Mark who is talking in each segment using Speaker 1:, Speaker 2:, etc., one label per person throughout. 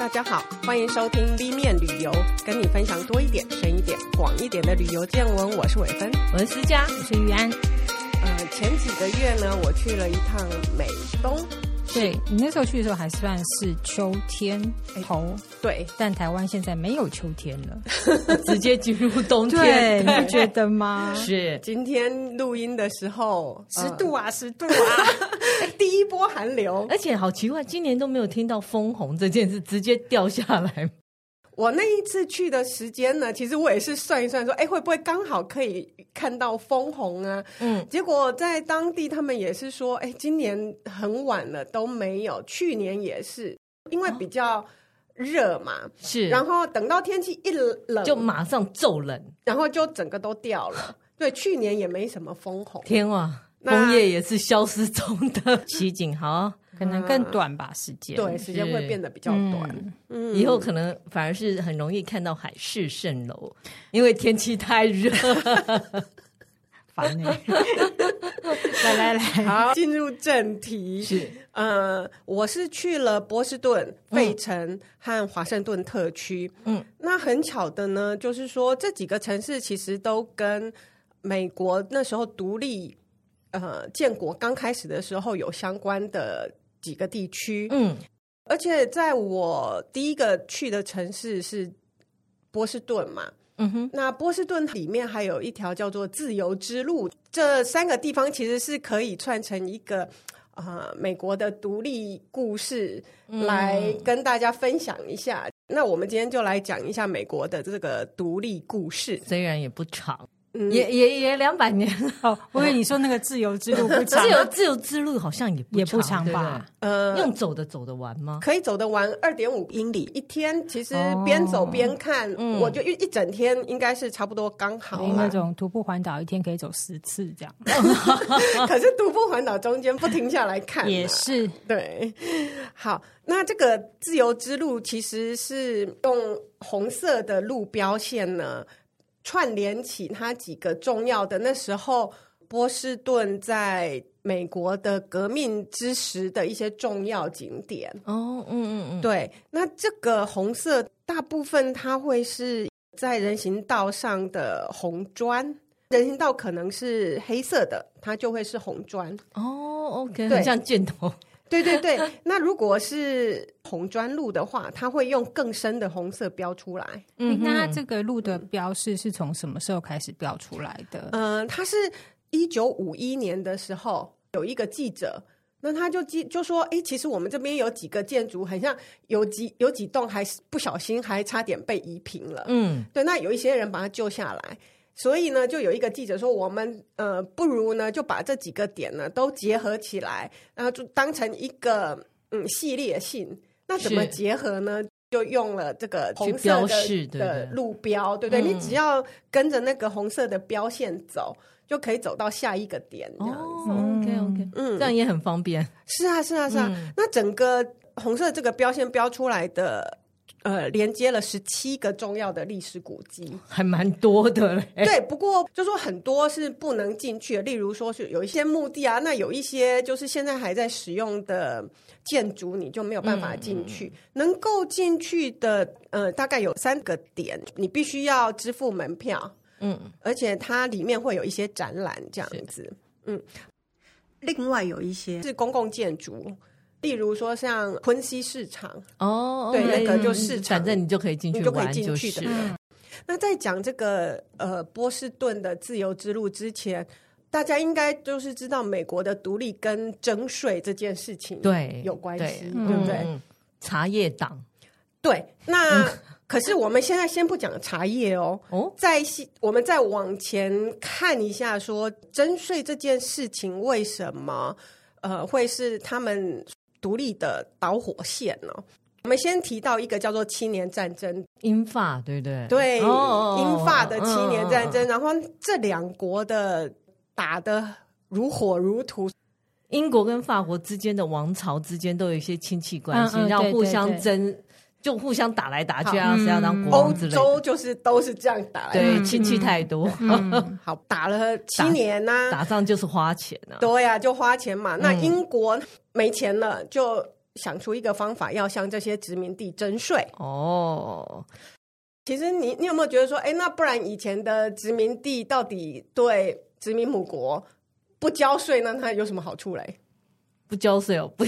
Speaker 1: 大家好，欢迎收听 V 面旅游，跟你分享多一点、深一点、广一点的旅游见闻。我是伟芬。
Speaker 2: 我是思佳，我是于安。
Speaker 1: 呃，前几个月呢，我去了一趟美东，
Speaker 2: 对你那时候去的时候还算是秋天头，
Speaker 1: 对，
Speaker 2: 但台湾现在没有秋天了， 直接进入冬对，天。你不 觉得吗？
Speaker 3: 是
Speaker 1: 今天录音的时候
Speaker 2: 十度啊，十度
Speaker 1: 呃哎 第一波寒流。
Speaker 3: 而且好奇怪，今年都没有听到枫红这件事，直接掉下来。
Speaker 1: 我那一次去的时间呢，其实我也是算一算说，哎，会不会刚好可以看到枫红啊？
Speaker 3: 嗯，
Speaker 1: 结果在当地，他们也是说，哎，今年很晚了都没有，去年也是，因为比较热嘛，
Speaker 3: 是，
Speaker 1: 然后等到天气一冷，
Speaker 3: 哦就马上骤冷，
Speaker 1: 然后就整个都掉了。对，去年也没什么枫红，
Speaker 3: 天啊，
Speaker 1: 那
Speaker 3: 枫叶也是消失中的 奇景。好，
Speaker 2: 可能更短吧，时间
Speaker 1: 对，时间会变得比较短。
Speaker 2: 嗯
Speaker 1: 嗯，
Speaker 3: 以后可能反而是很容易看到海市蜃楼，因为天气太热。
Speaker 2: 烦欸来来来，
Speaker 1: 好， 进入正题。
Speaker 3: 是，
Speaker 1: 呃，我是去了波士顿、费城和华盛顿特区。
Speaker 3: 嗯，
Speaker 1: 那很巧的呢，就是说这几个城市其实都跟美国那时候独立呃建国刚开始的时候有相关的几个地区。
Speaker 3: 嗯，
Speaker 1: 而且在我第一个去的城市是波士顿嘛，
Speaker 3: 嗯哼，
Speaker 1: 那波士顿里面还有一条叫做自由之路，这三个地方其实是可以串成一个。呃，美国的独立故事
Speaker 3: 嗯
Speaker 1: 来跟大家分享一下。那我们今天就来讲一下美国的这个独立故事。
Speaker 3: 虽然也不长，
Speaker 1: 嗯
Speaker 3: 也也也两百年了。
Speaker 2: 哦，我以为你说那个自由之路不长
Speaker 3: 自由自由之路好像也
Speaker 2: 也不长
Speaker 3: 对
Speaker 2: 吧？
Speaker 1: 呃
Speaker 3: 对用走的走得完吗？
Speaker 1: 可以走得完二点五英里一天，其实边走边看，
Speaker 3: 哦嗯
Speaker 1: 我就一一整天应该是差不多刚好
Speaker 2: 那
Speaker 1: 啦。
Speaker 2: 种徒步环岛一天可以走十次这样，
Speaker 1: 可是徒步环岛中间不停下来 看嘛，
Speaker 2: 也是
Speaker 1: 对。好，那这个自由之路其实是用红色的路标线呢串联起它几个重要的那时候波士顿在美国的革命之时的一些重要景点。
Speaker 3: 哦，嗯嗯嗯，
Speaker 1: 对，那这个红色大部分它会是在人行道上的红砖，人行道可能是黑色的，它就会是红砖。
Speaker 3: 哦，OK，
Speaker 1: 对
Speaker 3: 很像箭头，
Speaker 1: 对对 对，那如果是红砖路的话，它会用更深的红色标出来。
Speaker 2: 诶那它
Speaker 3: 嗯哼
Speaker 2: 这个路的标示是从什么时候开始标出来的？
Speaker 1: 嗯、它是一九五一年的时候有一个记者。那他就记就说，诶，其实我们这边有几个建筑，很像有几有几栋还是不小心还差点被移平了。
Speaker 3: 嗯，
Speaker 1: 对，那有一些人把他救下来，所以呢，就有一个记者说，我们呃，不如呢就把这几个点呢都结合起来，然后就当成一个嗯系列性。那怎么
Speaker 3: 是
Speaker 1: 结合呢？就用了这个
Speaker 3: 去
Speaker 1: 红色的
Speaker 3: 标示对不
Speaker 1: 的
Speaker 3: 对
Speaker 1: 路标，对不对？
Speaker 3: 嗯
Speaker 1: 你只要跟着那个红色的标线走，就可以走到下一个点，这
Speaker 3: 哦
Speaker 1: 样子。
Speaker 3: ，OK OK，
Speaker 1: 嗯
Speaker 3: 这样也很方便，
Speaker 1: 是啊，是啊，是啊。
Speaker 3: 嗯
Speaker 1: 那整个红色这个标线标出来的，呃，连接了十七个重要的历史古迹。
Speaker 3: 还蛮多的嘞。
Speaker 1: 对，不过就说很多是不能进去的，例如说是有一些墓地啊，那有一些就是现在还在使用的建筑，你就没有办法进去。能够进去的，呃，大概有三个点，你必须要支付门票，
Speaker 3: 嗯，
Speaker 1: 而且它里面会有一些展览这样子。嗯，
Speaker 4: 另外有一些
Speaker 1: 是公共建筑，例如说像昆西市场，
Speaker 3: 哦，
Speaker 1: 对那个就
Speaker 3: 嗯
Speaker 1: 市场
Speaker 3: 反正你就可以进去
Speaker 1: 你就可以
Speaker 3: 玩，
Speaker 1: 进
Speaker 3: 就
Speaker 1: 去
Speaker 3: 是
Speaker 1: 的
Speaker 2: 嗯
Speaker 1: 那在讲这个呃波士顿的自由之路之前，大家应该就是知道美国的独立跟征税这件事情
Speaker 3: 对，
Speaker 1: 有关系，
Speaker 3: 嗯
Speaker 1: 对不对？
Speaker 3: 嗯茶叶党
Speaker 1: 对，那、可是我们现在先不讲茶叶哦。
Speaker 3: 哦，
Speaker 1: 再细，我们再往前看一下说征税这件事情为什么呃会是他们独立的导火线呢、我们先提到一个叫做七年战争
Speaker 3: 英法对不对？
Speaker 1: 对，
Speaker 3: 哦哦哦
Speaker 1: 英法的七年战
Speaker 3: 嗯嗯嗯
Speaker 1: 争，然后这两国的打的如火如荼，
Speaker 3: 英国跟法国之间的王朝之间都有一些亲戚关系
Speaker 2: 嗯，嗯
Speaker 3: 然后
Speaker 2: 对
Speaker 3: 互
Speaker 2: 对
Speaker 3: 相
Speaker 2: 对
Speaker 3: 争，就互相打来打去啊，
Speaker 2: 好
Speaker 3: 谁要当
Speaker 2: 嗯
Speaker 3: 国
Speaker 1: 欧
Speaker 3: 王之类的。
Speaker 1: 洲就是都是这样打来的，
Speaker 3: 对，
Speaker 2: 嗯
Speaker 3: 亲戚太多，
Speaker 2: 嗯，
Speaker 1: 好打了七年呐、
Speaker 3: 打仗就是花钱啊。
Speaker 1: 对呀、就花钱嘛。那英国没钱了，就想出一个方法，要向这些殖民地征税。
Speaker 3: 哦，
Speaker 1: 其实你你有没有觉得说，哎，那不然以前的殖民地到底对殖民母国不交税呢，它有什么好处嘞？
Speaker 3: 不交税哦，不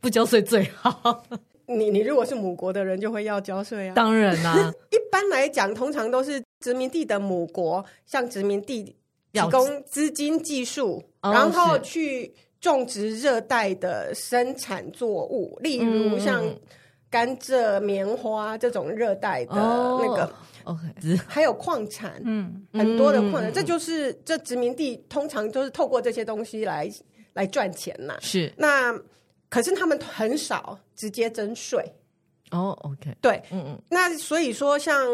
Speaker 3: 不交税最 好，
Speaker 1: 你你如果是母国的人，就会要交税啊。
Speaker 3: 当然 啦、
Speaker 1: 一般来讲，通常都是殖民地的母国向殖民地提
Speaker 3: 要
Speaker 1: 供资金、技术，
Speaker 3: 哦
Speaker 1: 然后
Speaker 3: 是
Speaker 1: 去种植热带的生产作物，例如
Speaker 3: 嗯
Speaker 1: 像甘蔗、棉花这种热带的那个，
Speaker 3: 哦啊 OK，
Speaker 1: 还有矿产，
Speaker 2: 嗯，
Speaker 1: 很多的矿
Speaker 3: 嗯嗯
Speaker 1: 产，
Speaker 3: 嗯
Speaker 1: 这就是这殖民地通常都是透过这些东西来来赚钱呐、
Speaker 3: 是
Speaker 1: 那可是他们很少直接征税，
Speaker 3: 哦 OK，
Speaker 1: 对，
Speaker 3: 嗯嗯，
Speaker 1: 那所以说，像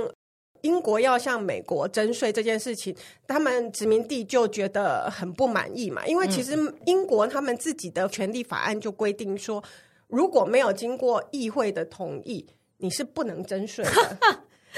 Speaker 1: 英国要向美国征税这件事情，他们殖民地就觉得很不满意嘛，因为其实英国他们自己的权利法案就规定说，如果没有经过议会的同意，你是不能征税的。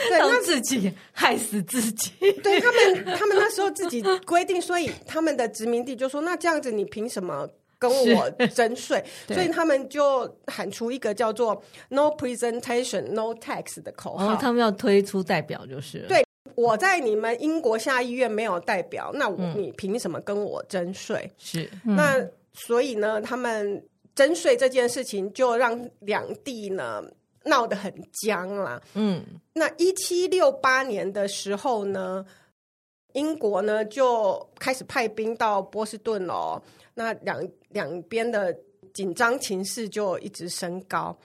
Speaker 1: 对，那
Speaker 3: 让自己害死自 己，
Speaker 1: 对他们，他们那时候自己规定，所以他们的殖民地就说：“那这样子，你凭什么跟我征税？”
Speaker 3: 对
Speaker 1: 所以他们就喊出一个叫做 “No Presentation, No Tax” 的口
Speaker 3: 然后
Speaker 1: 号。
Speaker 3: 哦他们要推出代表就是了
Speaker 1: 对我在你们英国下议院没有代表，那我、你凭什么跟我征税？
Speaker 3: 是
Speaker 1: 那所以呢，他们征税这件事情就让两地呢闹得很僵啦。
Speaker 3: 嗯
Speaker 1: 那一七六八年的时候呢，英国呢就开始派兵到波士顿了哦。那两两边的紧张情势就一直升高，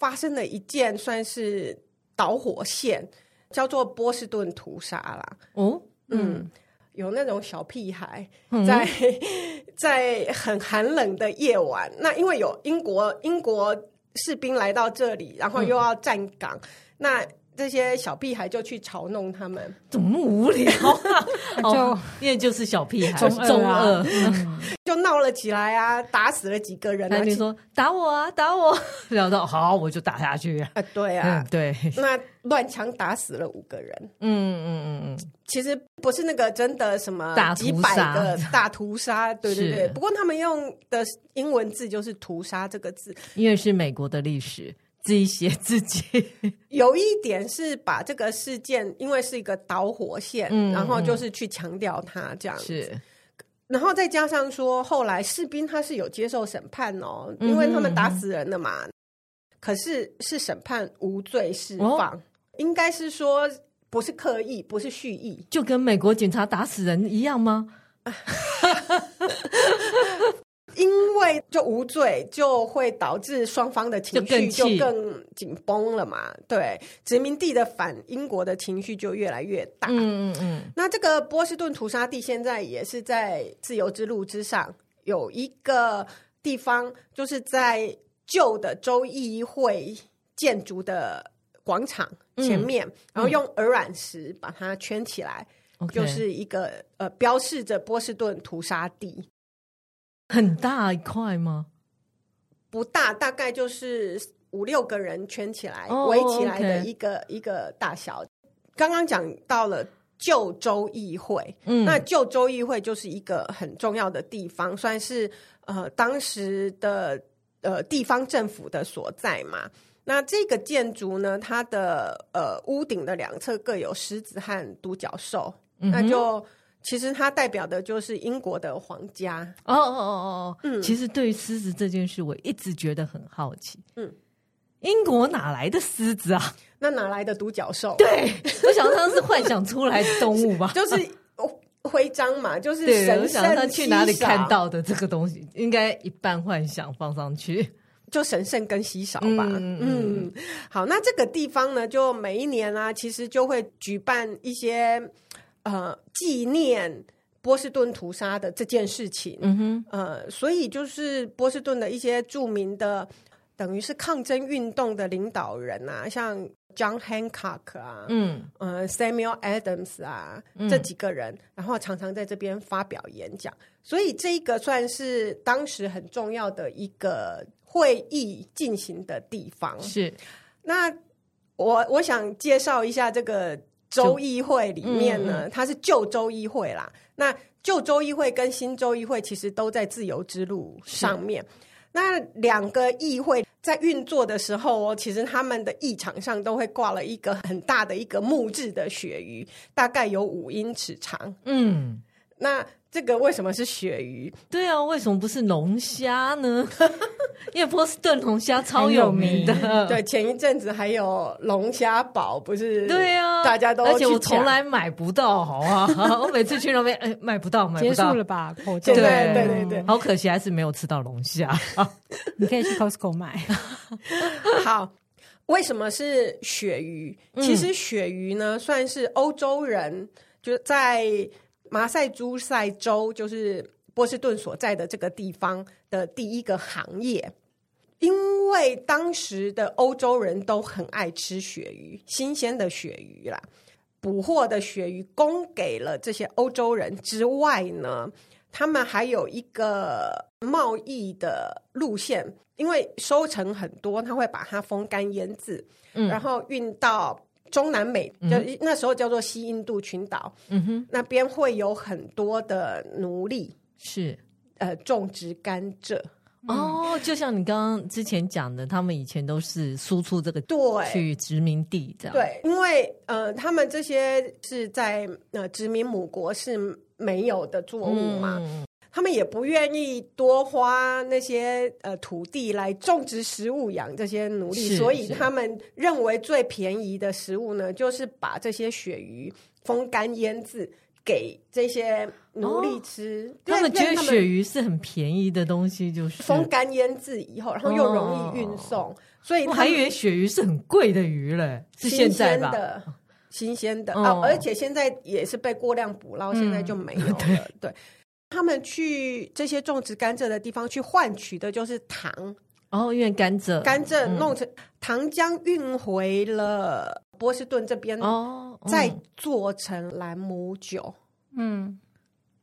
Speaker 1: 发生了一件算是导火线，叫做波士顿屠杀啦。
Speaker 3: 哦
Speaker 1: 嗯，有那种小屁孩
Speaker 3: 嗯
Speaker 1: 在、 在很寒冷的夜晚，那因为有英国英国士兵来到这里，然后又要站岗，
Speaker 3: 嗯
Speaker 1: 那这些小屁孩就去嘲弄他们，
Speaker 3: 怎么那么无聊啊？
Speaker 2: 就
Speaker 3: 哦因为就是小屁孩，
Speaker 2: 中二啊
Speaker 3: 中二，
Speaker 1: 就闹了起来啊，打死了几个人
Speaker 3: 他
Speaker 1: 啊，
Speaker 3: 就
Speaker 1: 其
Speaker 3: 说打我啊，打我， 然后好，我就打下去。
Speaker 1: 啊，对
Speaker 3: 嗯
Speaker 1: 啊，，
Speaker 3: 对，
Speaker 1: 那乱枪打死了五个人。
Speaker 3: 嗯嗯嗯嗯，
Speaker 1: 其实不是那个真的什么
Speaker 3: 大屠
Speaker 1: 几百
Speaker 3: 杀
Speaker 1: 个大屠杀，对对对
Speaker 3: 是。
Speaker 1: 不过他们用的英文字就是“屠杀”这个字，
Speaker 3: 因为是美国的历史，自己写自己，
Speaker 1: 有一点是把这个事件，因为是一个导火线，
Speaker 3: 嗯
Speaker 1: 然后就是去强调它这样子，
Speaker 3: 是
Speaker 1: 然后再加上说，后来士兵他是有接受审判哦，
Speaker 3: 嗯哼
Speaker 1: 因为他们打死人了嘛，可是是审判无罪释放，
Speaker 3: 哦
Speaker 1: 应该是说不是刻意，不是蓄意，
Speaker 3: 就跟美国警察打死人一样吗？
Speaker 1: 因为就无罪，就会导致双方的情绪就
Speaker 3: 就更气
Speaker 1: 更紧绷了嘛。对，殖民地的反英国的情绪就越来越大。
Speaker 3: 嗯嗯嗯，
Speaker 1: 那这个波士顿屠杀地现在也是在自由之路之上有一个地方，就是在旧的州议会建筑的广场
Speaker 3: 嗯
Speaker 1: 前面，然后用鹅卵石把它圈起来，
Speaker 3: OK
Speaker 1: 就是一个呃标示着波士顿屠杀地。
Speaker 3: 很大一块吗？
Speaker 1: 不大，大概就是五六个人圈起来、
Speaker 3: 哦
Speaker 1: 围起来的
Speaker 3: OK
Speaker 1: 一个一个大小。刚刚讲到了旧州议会，
Speaker 3: 嗯
Speaker 1: 那旧州议会就是一个很重要的地方，算是呃当时的呃地方政府的所在嘛。那这个建筑呢，它的呃屋顶的两侧各有狮子和独角兽，
Speaker 3: 嗯
Speaker 1: 那就其实它代表的就是英国的皇家。
Speaker 3: 哦哦哦哦，
Speaker 1: 嗯
Speaker 3: 其实对于狮子这件事，我一直觉得很好奇。嗯
Speaker 1: 嗯，
Speaker 3: 英国哪来的狮子啊？
Speaker 1: 那哪来的独角兽？
Speaker 3: 对，我想它是幻想出来的动物吧？
Speaker 1: 就是 徽章嘛，就是
Speaker 3: 对，我
Speaker 1: 神圣
Speaker 3: 想他去哪里
Speaker 1: 稀少
Speaker 3: 看，到的这个东西，应该一半幻想放上去。
Speaker 1: 就神圣跟稀少吧。
Speaker 3: 嗯
Speaker 1: 嗯
Speaker 3: 嗯嗯
Speaker 1: 好，那这个地方呢，就每一年啊，其实就会举办一些呃纪念波士顿屠杀的这件事情。
Speaker 3: 嗯哼，
Speaker 1: 呃，所以就是波士顿的一些著名的，等于是抗争运动的领导人啊，像 John Hancock 啊，
Speaker 3: 嗯，
Speaker 1: 呃 Samuel Adams 啊、这几个人，然后常常在这边发表演讲，所以这一个算是当时很重要的一个会议进行的地方。
Speaker 3: 是
Speaker 1: 那我我想介绍一下这个州议会里面
Speaker 3: 嗯
Speaker 1: 呢，它是旧州议会啦。那旧州议会跟新州议会其实都在自由之路上面。那两个议会在运作的时候哦，其实他们的议场上都会挂了一个很大的一个木质的鳕鱼，大概有五英尺长。
Speaker 3: 嗯，
Speaker 1: 那这个为什么是鳕鱼？
Speaker 3: 对啊，为什么不是龙虾呢？因为波士顿龙虾超有名
Speaker 2: 很
Speaker 3: 的，
Speaker 1: 对，前一阵子还有龙虾堡，不是？
Speaker 3: 对啊，
Speaker 1: 大家都
Speaker 3: 而且
Speaker 1: 去
Speaker 3: 我从
Speaker 1: 抢
Speaker 3: 来买不到，好 啊，我每次去那边，哎，买不到，买
Speaker 2: 结
Speaker 3: 不
Speaker 2: 束
Speaker 3: 到
Speaker 2: 了。吧？口罩
Speaker 1: 对对对对对
Speaker 3: 好可惜，还是没有吃到龙虾。
Speaker 2: 你可以去 Costco 买。
Speaker 1: 好，为什么是鳕鱼？其实鳕鱼呢，算是欧洲人，就是在马赛诸塞州，就是波士顿所在的这个地方的第一个行业。因为当时的欧洲人都很爱吃鳕鱼，新鲜的鳕鱼啦，捕获的鳕鱼供给了这些欧洲人之外呢，他们还有一个贸易的路线，因为收成很多，他会把它风干腌制，
Speaker 3: 嗯
Speaker 1: 然后运到中南美，
Speaker 3: 嗯
Speaker 1: 就那时候叫做西印度群岛，
Speaker 3: 嗯哼，
Speaker 1: 那边会有很多的奴隶，
Speaker 3: 是
Speaker 1: 呃，种植甘蔗。嗯
Speaker 3: 哦，就像你刚刚之前讲的，他们以前都是输出这个
Speaker 1: 对
Speaker 3: 去殖民地这样。，
Speaker 1: 对，因为呃，他们这些是在呃殖民母国是没有的作物嘛，
Speaker 3: 嗯，
Speaker 1: 他们也不愿意多花那些呃土地来种植食物养这些奴
Speaker 3: 是
Speaker 1: 隶，所以
Speaker 3: 是
Speaker 1: 他们认为最便宜的食物呢，就是把这些鳕鱼风干腌制给这些奴隶吃。
Speaker 3: 哦他们
Speaker 1: 因为
Speaker 3: 觉
Speaker 1: 因为
Speaker 3: 得
Speaker 1: 他
Speaker 3: 鳕鱼是很便宜的东西，就是
Speaker 1: 风干腌制以后，然后又容易运送，所以
Speaker 3: 我
Speaker 1: 他
Speaker 3: 哦还
Speaker 1: 们
Speaker 3: 以为鳕鱼是很贵的鱼嘞，是现在吧？
Speaker 1: 的。新鲜的
Speaker 3: 哦
Speaker 1: 啊、而且现在也是被过量捕捞，现在就没有了。
Speaker 3: 嗯
Speaker 1: 对，他们去这些种植甘蔗的地方去换取的就是糖，
Speaker 3: 哦，因为甘蔗，
Speaker 1: 甘蔗
Speaker 3: 嗯
Speaker 1: 弄成、糖浆运回了波士顿这边，
Speaker 3: 哦，嗯
Speaker 1: 再做成兰姆酒。
Speaker 2: 嗯，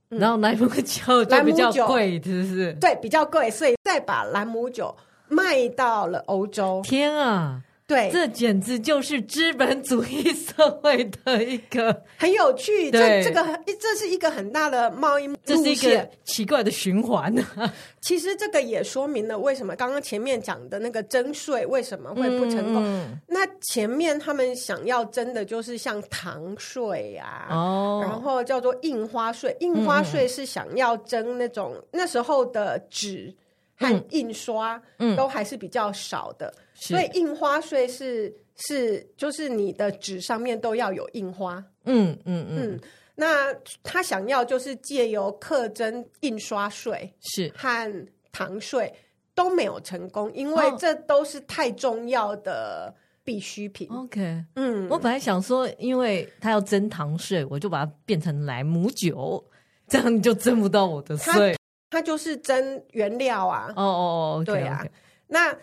Speaker 1: 嗯
Speaker 3: 然后莱 姆酒就
Speaker 1: 莱姆
Speaker 3: 比较
Speaker 1: 酒
Speaker 3: 贵，是不是？
Speaker 1: 对，比较贵，所以再把兰姆酒卖到了欧洲。
Speaker 3: 天啊，
Speaker 1: 对，
Speaker 3: 这简直就是资本主义社会的一个，
Speaker 1: 很有趣。
Speaker 3: 对
Speaker 1: 这这个很这是一个很大的贸易
Speaker 3: 这
Speaker 1: 路
Speaker 3: 是一
Speaker 1: 线
Speaker 3: 个。奇怪的循环啊。
Speaker 1: 其实这个也说明了为什么刚刚前面讲的那个征税为什么会不成功。
Speaker 3: 嗯
Speaker 1: 那前面他们想要征的就是像糖税啊，
Speaker 3: 哦，嗯
Speaker 1: 然后叫做印花税。印花税是想要征那种、那时候的纸和印刷，
Speaker 3: 嗯
Speaker 1: 都还是比较少的，
Speaker 3: 是
Speaker 1: 所以印花税是是就是你的纸上面都要有印花。
Speaker 3: 嗯嗯嗯
Speaker 1: 嗯，那他想要就是借由课征印刷税，
Speaker 3: 是
Speaker 1: 和糖税都没有成功，因为
Speaker 3: 哦
Speaker 1: 这都是太重要的必需品。
Speaker 3: OK。
Speaker 1: 嗯，
Speaker 3: 我本来想说，因为他要征糖税，我就把它变成莱姆酒，这样你就征不到我的
Speaker 1: 他
Speaker 3: 税。
Speaker 1: 它就是真原料啊。
Speaker 3: 哦哦哦，
Speaker 1: 对啊，那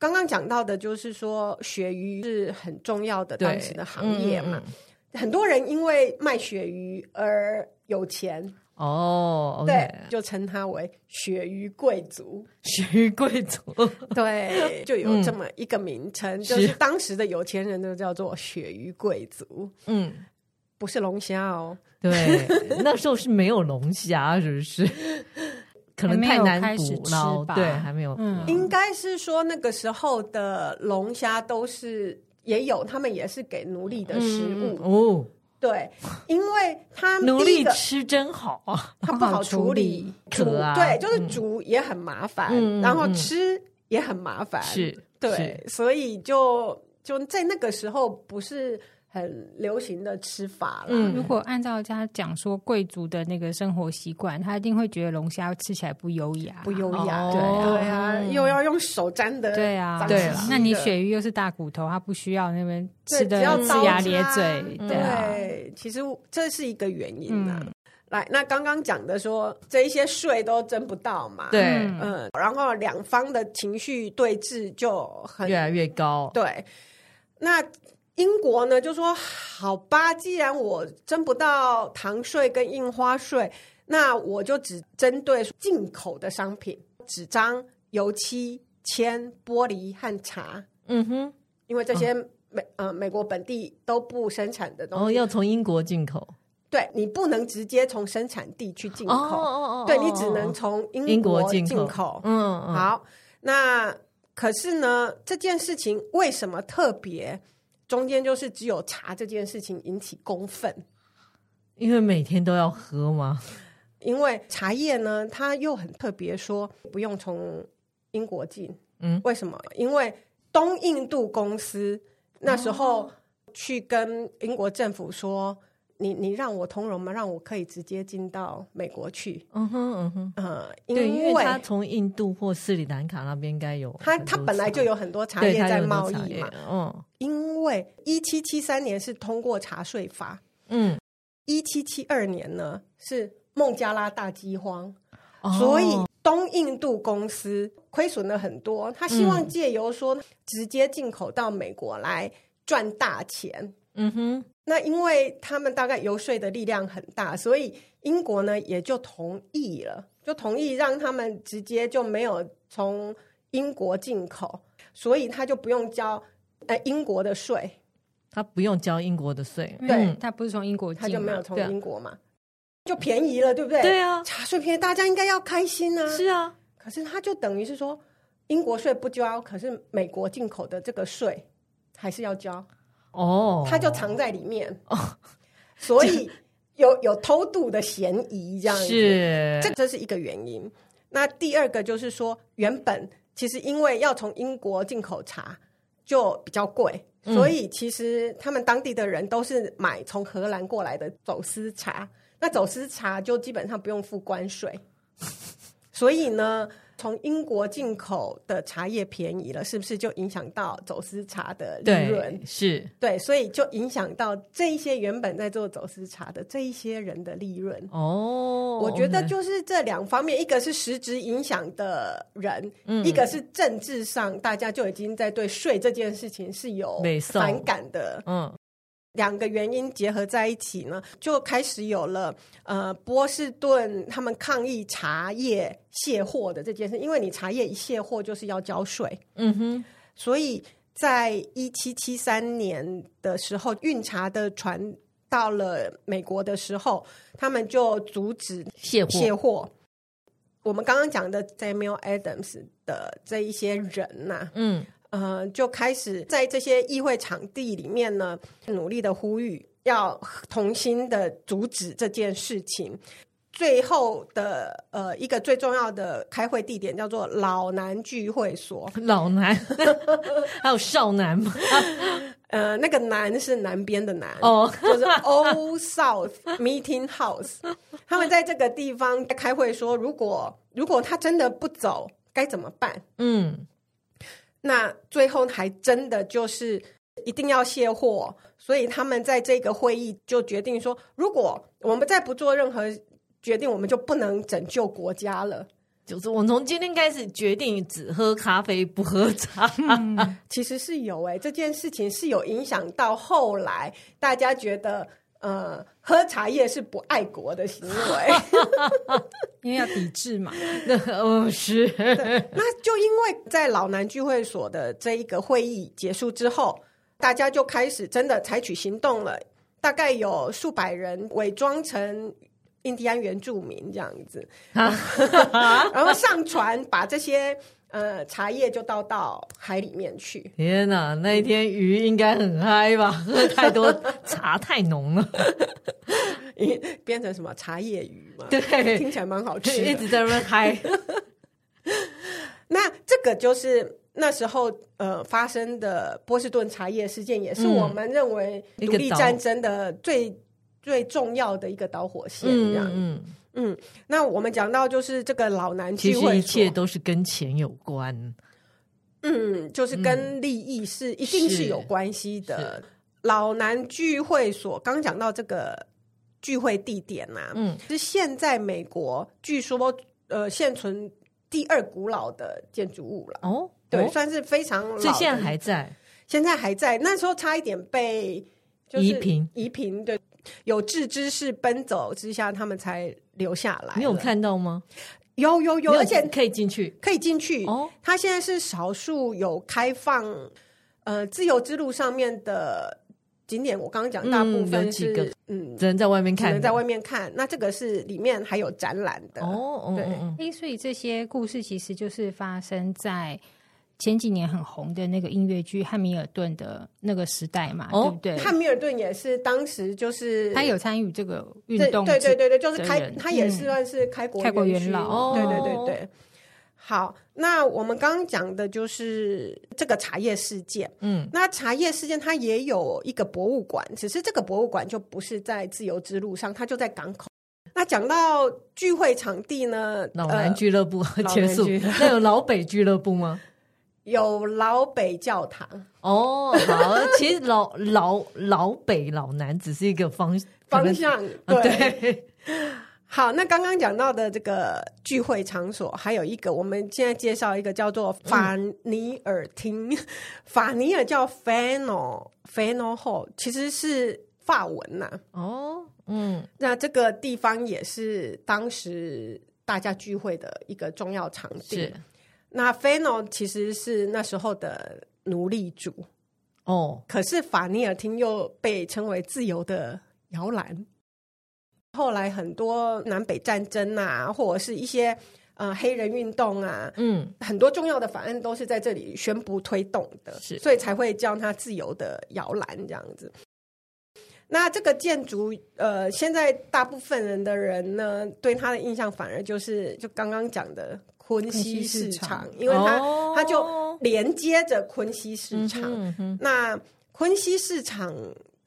Speaker 1: 刚刚讲到的就是说，鳕鱼是很重要的
Speaker 3: 对
Speaker 1: 当时的行业嘛，
Speaker 3: 嗯嗯嗯
Speaker 1: 很多人因为卖鳕鱼而有钱，
Speaker 3: 哦
Speaker 1: 对
Speaker 3: ，OK，，
Speaker 1: 就称它为鳕鱼贵族。
Speaker 3: 徐贵 族，
Speaker 1: 对，就有这么一个名称，就是
Speaker 3: 嗯是
Speaker 1: 当时的有钱人都叫做鳕鱼贵族，
Speaker 3: 嗯，
Speaker 1: 不是龙虾哦。
Speaker 3: 对，那时候是没有龙虾，是 不是？可能太难捕捞，对，还没有，
Speaker 2: 嗯
Speaker 1: 应该是说那个时候的龙虾都是也有，他们也是给奴隶的食物，
Speaker 3: 哦，
Speaker 1: 对，因为他们
Speaker 3: 奴
Speaker 1: 第一
Speaker 3: 隶
Speaker 1: 个
Speaker 3: 吃真好 啊，
Speaker 1: 它不
Speaker 2: 不好
Speaker 1: 好处
Speaker 2: 处
Speaker 1: 理
Speaker 2: 理，
Speaker 1: 煮
Speaker 3: 壳啊
Speaker 1: 对，就是煮也很麻烦，
Speaker 3: 嗯嗯
Speaker 1: 然后
Speaker 3: 嗯
Speaker 1: 吃也很麻烦，
Speaker 3: 是，
Speaker 1: 对，所以就就在那个时候不是很流行的吃法啦，
Speaker 3: 嗯
Speaker 2: 如果按照他讲说贵族的那个生活习惯，他一定会觉得龙虾吃起来不优雅，
Speaker 1: 不优雅，
Speaker 3: 哦
Speaker 1: 对
Speaker 3: 对
Speaker 1: 对啊，又要用手沾的，
Speaker 2: 对啊，
Speaker 3: 对啦
Speaker 1: 了，
Speaker 2: 那你鳕鱼又是大骨头，它不需要那边
Speaker 1: 对
Speaker 2: 吃的
Speaker 1: 只要
Speaker 2: 龇
Speaker 1: 刀
Speaker 2: 牙
Speaker 1: 叉嗯
Speaker 2: 咧嘴，
Speaker 1: 对，
Speaker 2: 对啊，
Speaker 1: 其实这是一个原因呐、
Speaker 2: 嗯
Speaker 1: 来，那刚刚讲的说这一些税都征不到嘛，，
Speaker 3: 对，
Speaker 2: 嗯
Speaker 1: 嗯，然后两方的情绪对峙就很
Speaker 3: 越来越高，
Speaker 1: 对。那英国呢，就说好吧，既然我征不到糖税跟印花税，那我就只针对进口的商品，纸张、油漆、铅、玻璃和茶，
Speaker 3: 嗯哼，
Speaker 1: 因为这些美、呃美国本地都不生产的
Speaker 3: 然
Speaker 1: 东
Speaker 3: 后
Speaker 1: 西，
Speaker 3: 哦要从英国进口，
Speaker 1: 对你不能直接从生产地去进口，
Speaker 3: 哦
Speaker 1: 对你只能从
Speaker 3: 英
Speaker 1: 英
Speaker 3: 国
Speaker 1: 国
Speaker 3: 进
Speaker 1: 进
Speaker 3: 口
Speaker 1: 口。
Speaker 3: 嗯，
Speaker 1: 好，那可是呢，这件事情为什么特别？中间就是只有茶这件事情引起公愤，
Speaker 3: 因为每天都要喝吗？
Speaker 1: 因为茶叶呢，它又很特别，说不用从英国进。
Speaker 3: 嗯，
Speaker 1: 为什么？因为东印度公司那时
Speaker 3: 哦
Speaker 1: 候去跟英国政府说：“你你让我通融吗？让我可以直接进到美国去。”
Speaker 3: 嗯哼嗯哼，
Speaker 1: 呃，
Speaker 3: 对，因为
Speaker 1: 为
Speaker 3: 他从印度或斯里兰卡那边应该有
Speaker 1: 它
Speaker 3: 很多
Speaker 1: 它本来就有很多
Speaker 3: 茶
Speaker 1: 茶叶
Speaker 3: 对它
Speaker 1: 在
Speaker 3: 有很多
Speaker 1: 贸
Speaker 3: 茶
Speaker 1: 易
Speaker 3: 叶
Speaker 1: 嘛，
Speaker 3: 嗯
Speaker 1: 因为一七七三年是通过茶税法，
Speaker 3: 嗯，
Speaker 1: 一七七二年呢是孟加拉大饥荒，
Speaker 3: 哦
Speaker 1: 所以东印度公司亏损了很多。他希望借由说直接进口到美国来赚大钱。
Speaker 3: 嗯哼，
Speaker 1: 那因为他们大概游说的力量很大，所以英国呢也就同意了，就同意让他们直接就没有从英国进口，所以他就不用交呃英国的税。
Speaker 3: 他不用交英国的税，嗯
Speaker 1: 对
Speaker 2: 对，他不是从英国进
Speaker 1: 他
Speaker 2: 嘛，
Speaker 1: 就没有从
Speaker 3: 对啊
Speaker 1: 英国嘛，就便宜了，对不对？
Speaker 3: 对啊
Speaker 1: 茶税便宜，大家应该要开心啊。
Speaker 3: 是啊，
Speaker 1: 可是他就等于是说，英国税不交，可是美国进口的这个税还是要交，
Speaker 3: 哦，
Speaker 1: 他就藏在里面，所以有有偷渡的嫌疑，这样子
Speaker 3: 是
Speaker 1: 这这是一个原因。那第二个就是说，原本其实因为要从英国进口茶就比较贵，
Speaker 3: 嗯
Speaker 1: 所以其实他们当地的人都是买从荷兰过来的走私茶。那走私茶就基本上不用付关税，所以呢，从英国进口的茶叶便宜了，是不是就影响到走私茶的利润
Speaker 3: 对？是
Speaker 1: 对，所以就影响到这一些原本在做走私茶的这一些人的利润。
Speaker 3: 哦，
Speaker 1: 我觉得就是这两方面，一个是实质影响的人，
Speaker 3: 嗯
Speaker 1: 一个是政治上大家就已经在对税这件事情是有
Speaker 3: 没错
Speaker 1: 反感的。
Speaker 3: 嗯
Speaker 1: 两个原因结合在一起呢，就开始有了呃波士顿他们抗议茶叶卸货的这件事，因为你茶叶一卸货就是要交税，
Speaker 3: 嗯哼
Speaker 1: 所以在一七七三年的时候，运茶的船到了美国的时候，他们就阻止
Speaker 3: 卸货
Speaker 1: 卸货。我们刚刚讲的 Samuel Adams 的这一些人呐、
Speaker 3: 嗯
Speaker 1: 呃，就开始在这些议会场地里面呢，努力的呼吁，要同心的阻止这件事情。最后的呃一个最重要的开会地点叫做老南聚会所，
Speaker 3: 老 男还有少男吗？
Speaker 1: 呃，那个南是南边的南，
Speaker 3: 哦
Speaker 1: 就是 Old South Meeting House。他们在这个地方开会说，如果如果他真的不走，该怎么办？
Speaker 3: 嗯
Speaker 1: 那最后还真的就是一定要卸货，所以他们在这个会议就决定说，如果我们再不做任何决定，我们就不能拯救国家了。
Speaker 3: 就是我从今天开始决定只喝咖啡不喝茶，
Speaker 1: 其实是有哎、这件事情是有影响到后来大家觉得。呃，喝茶叶是不爱国的行为，
Speaker 2: 因为要抵制 嘛。
Speaker 3: 那哦是
Speaker 1: 那就因为在老南聚会所的这一个会议结束之后，大家就开始真的采取行动了，大概有数百人伪装成。印第安原住民这样子， 然后上船把这些呃茶叶就倒到海里面去，
Speaker 3: 天哪，那一天鱼应该很嗨吧？喝太多茶太浓了，
Speaker 1: 变成什么茶叶鱼嘛？
Speaker 3: 对
Speaker 1: 听起来蛮好
Speaker 3: 就
Speaker 1: 吃
Speaker 3: 一
Speaker 1: 的。
Speaker 3: 直在那边 嗨。
Speaker 1: 那这个就是那时候呃发生的波士顿茶叶事件，也是
Speaker 3: 嗯
Speaker 1: 我们认为
Speaker 3: 一
Speaker 1: 独
Speaker 3: 个
Speaker 1: 立
Speaker 3: 导
Speaker 1: 战争的最最重要的一个导火线。这
Speaker 3: 嗯
Speaker 1: 样，
Speaker 3: 嗯，
Speaker 1: 嗯那我们讲到就是这个老男
Speaker 3: 其
Speaker 1: 聚
Speaker 3: 实
Speaker 1: 会
Speaker 3: 一
Speaker 1: 所
Speaker 3: 切，都是跟钱有关。
Speaker 1: 嗯，就是跟利益是、一定是
Speaker 3: 是
Speaker 1: 有关系的
Speaker 3: 嗯是。
Speaker 1: 老男聚会所刚讲到这个聚会地点呐、啊，
Speaker 3: 嗯，
Speaker 1: 是现在美国据说呃现存第二古老的建筑物了，
Speaker 3: 哦，
Speaker 1: 对，
Speaker 3: 哦
Speaker 1: 算是非常老的，
Speaker 3: 所以现在还在。
Speaker 1: 现在还在，那时候差一点被、就是、
Speaker 3: 夷平，
Speaker 1: 夷平对。有志之士奔走之下，他们才留下来。
Speaker 3: 你有？看到吗？
Speaker 1: 有有有，
Speaker 3: 没
Speaker 1: 而且
Speaker 3: 可以进去
Speaker 1: 可以进去。
Speaker 3: 哦
Speaker 1: 它现在是少数有开放，呃，自由之路上面的景点我刚刚讲大部
Speaker 3: 嗯有
Speaker 1: 分
Speaker 3: 几
Speaker 1: 是
Speaker 3: 个
Speaker 1: 嗯，
Speaker 3: 只能在外面
Speaker 1: 只
Speaker 3: 看的，
Speaker 1: 能在外面看。那这个是里面还有展览的
Speaker 3: 哦哦
Speaker 1: 对
Speaker 3: 哦哦，
Speaker 5: 诶，所以这些故事其实就是发生在前几年很红的那个音乐剧《汉密尔顿》的那个时代嘛，
Speaker 3: 哦
Speaker 5: 对不
Speaker 1: 汉
Speaker 5: 对？
Speaker 1: 密尔顿也是当时就是
Speaker 5: 他有参与这个运
Speaker 1: 对
Speaker 5: 动，
Speaker 1: 对对对对，就是
Speaker 5: 的
Speaker 1: 开
Speaker 5: 人
Speaker 1: 他也
Speaker 5: 嗯
Speaker 1: 是算是开国
Speaker 5: 开国
Speaker 1: 元
Speaker 5: 元
Speaker 1: 勋
Speaker 5: 老
Speaker 1: 对
Speaker 3: 哦
Speaker 1: 对对对。好，那我们刚刚讲的就是这个茶叶事件。
Speaker 3: 嗯
Speaker 1: 那茶叶事件它也有一个博物馆，只是这个博物馆就不是在自由之路上，它就在港口。那讲到聚会场地呢，
Speaker 3: 老南
Speaker 1: 呃、
Speaker 3: 俱乐部
Speaker 1: 南
Speaker 3: 结束
Speaker 1: 俱，
Speaker 3: 那有老北俱乐部吗？
Speaker 1: 有老北教堂，
Speaker 3: 哦，好，其实老老老北老南只是一个方可
Speaker 1: 方
Speaker 3: 能
Speaker 1: 向对。
Speaker 3: 啊 对，
Speaker 1: 好，那刚刚讲到的这个聚会场所，还有一个我们现在介绍一个叫做法尼尔厅， 法尼尔叫 Fano Fano Hall，其实是法文呐、
Speaker 3: 哦，嗯，
Speaker 1: 那这个地方也是当时大家聚会的一个重要场地
Speaker 3: 是。
Speaker 1: 那 Fano 其实是那时候的奴隶主，
Speaker 3: 哦，
Speaker 1: 可是法尼尔厅又被称为自由的摇篮。后来很多南北战争啊，或者是一些呃黑人运动啊，
Speaker 3: 嗯，
Speaker 1: 很多重要的法案都是在这里宣布推动的，
Speaker 3: 是
Speaker 1: 所以才会叫它自由的摇篮这样子。那这个建筑，呃，现在大部分人的人呢，对它的印象反而就是就刚刚讲的昆西
Speaker 5: 西市
Speaker 1: 市
Speaker 5: 场
Speaker 1: 场，因为它、
Speaker 3: 哦
Speaker 1: 它就连接着昆西市场，
Speaker 3: 嗯哼
Speaker 1: 那昆西市场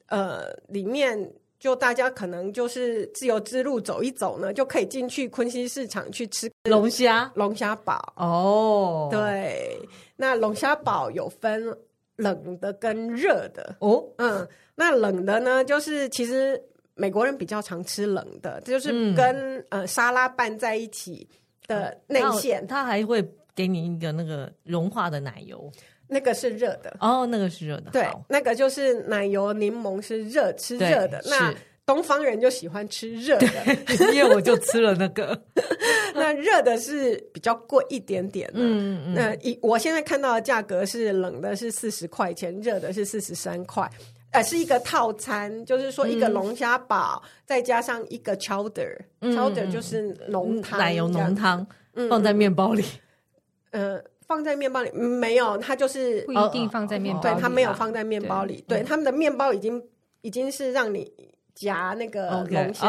Speaker 1: 呃里面，就大家可能就是自由之路走一走呢，就可以进去昆西市场去吃
Speaker 3: 龙虾，
Speaker 1: 龙虾堡。
Speaker 3: 哦，，
Speaker 1: 对，那龙虾堡有分冷的跟热的，
Speaker 3: 哦，
Speaker 1: 嗯，那冷的呢，就是其实美国人比较常吃冷的，这就是
Speaker 3: 嗯
Speaker 1: 跟、呃沙拉拌在一起的内馅，
Speaker 3: 它还会给你一个那个融化的奶油，
Speaker 1: 那个是热的。
Speaker 3: 哦，那个是热的，
Speaker 1: 对
Speaker 3: 好，
Speaker 1: 那个就是奶油柠檬是热吃
Speaker 3: 对
Speaker 1: 热的，那
Speaker 3: 是
Speaker 1: 东方人就喜欢吃热的，
Speaker 3: 因为我就吃了那个，
Speaker 1: 那热的是比较贵一点点的。
Speaker 3: 嗯嗯，
Speaker 1: 那以我现在看到的价格是冷的是四十块钱，热的是四十三块，呃，是一个套餐，就是说一个龙虾堡、再加上一个 chowder，chowder、
Speaker 3: 嗯
Speaker 1: chowder 就是浓汤，
Speaker 3: 奶油浓，汤
Speaker 1: 嗯
Speaker 3: 放在面包里，
Speaker 1: 呃，放在面包里、嗯没有，它就是
Speaker 5: 不一定放在面包
Speaker 1: 哦
Speaker 5: 里
Speaker 1: 对
Speaker 5: 啦，，嗯
Speaker 1: 它没有放在面包里，对，他们的面包已经已经是让你夹那个
Speaker 3: OK，
Speaker 1: 嗯呃龙虾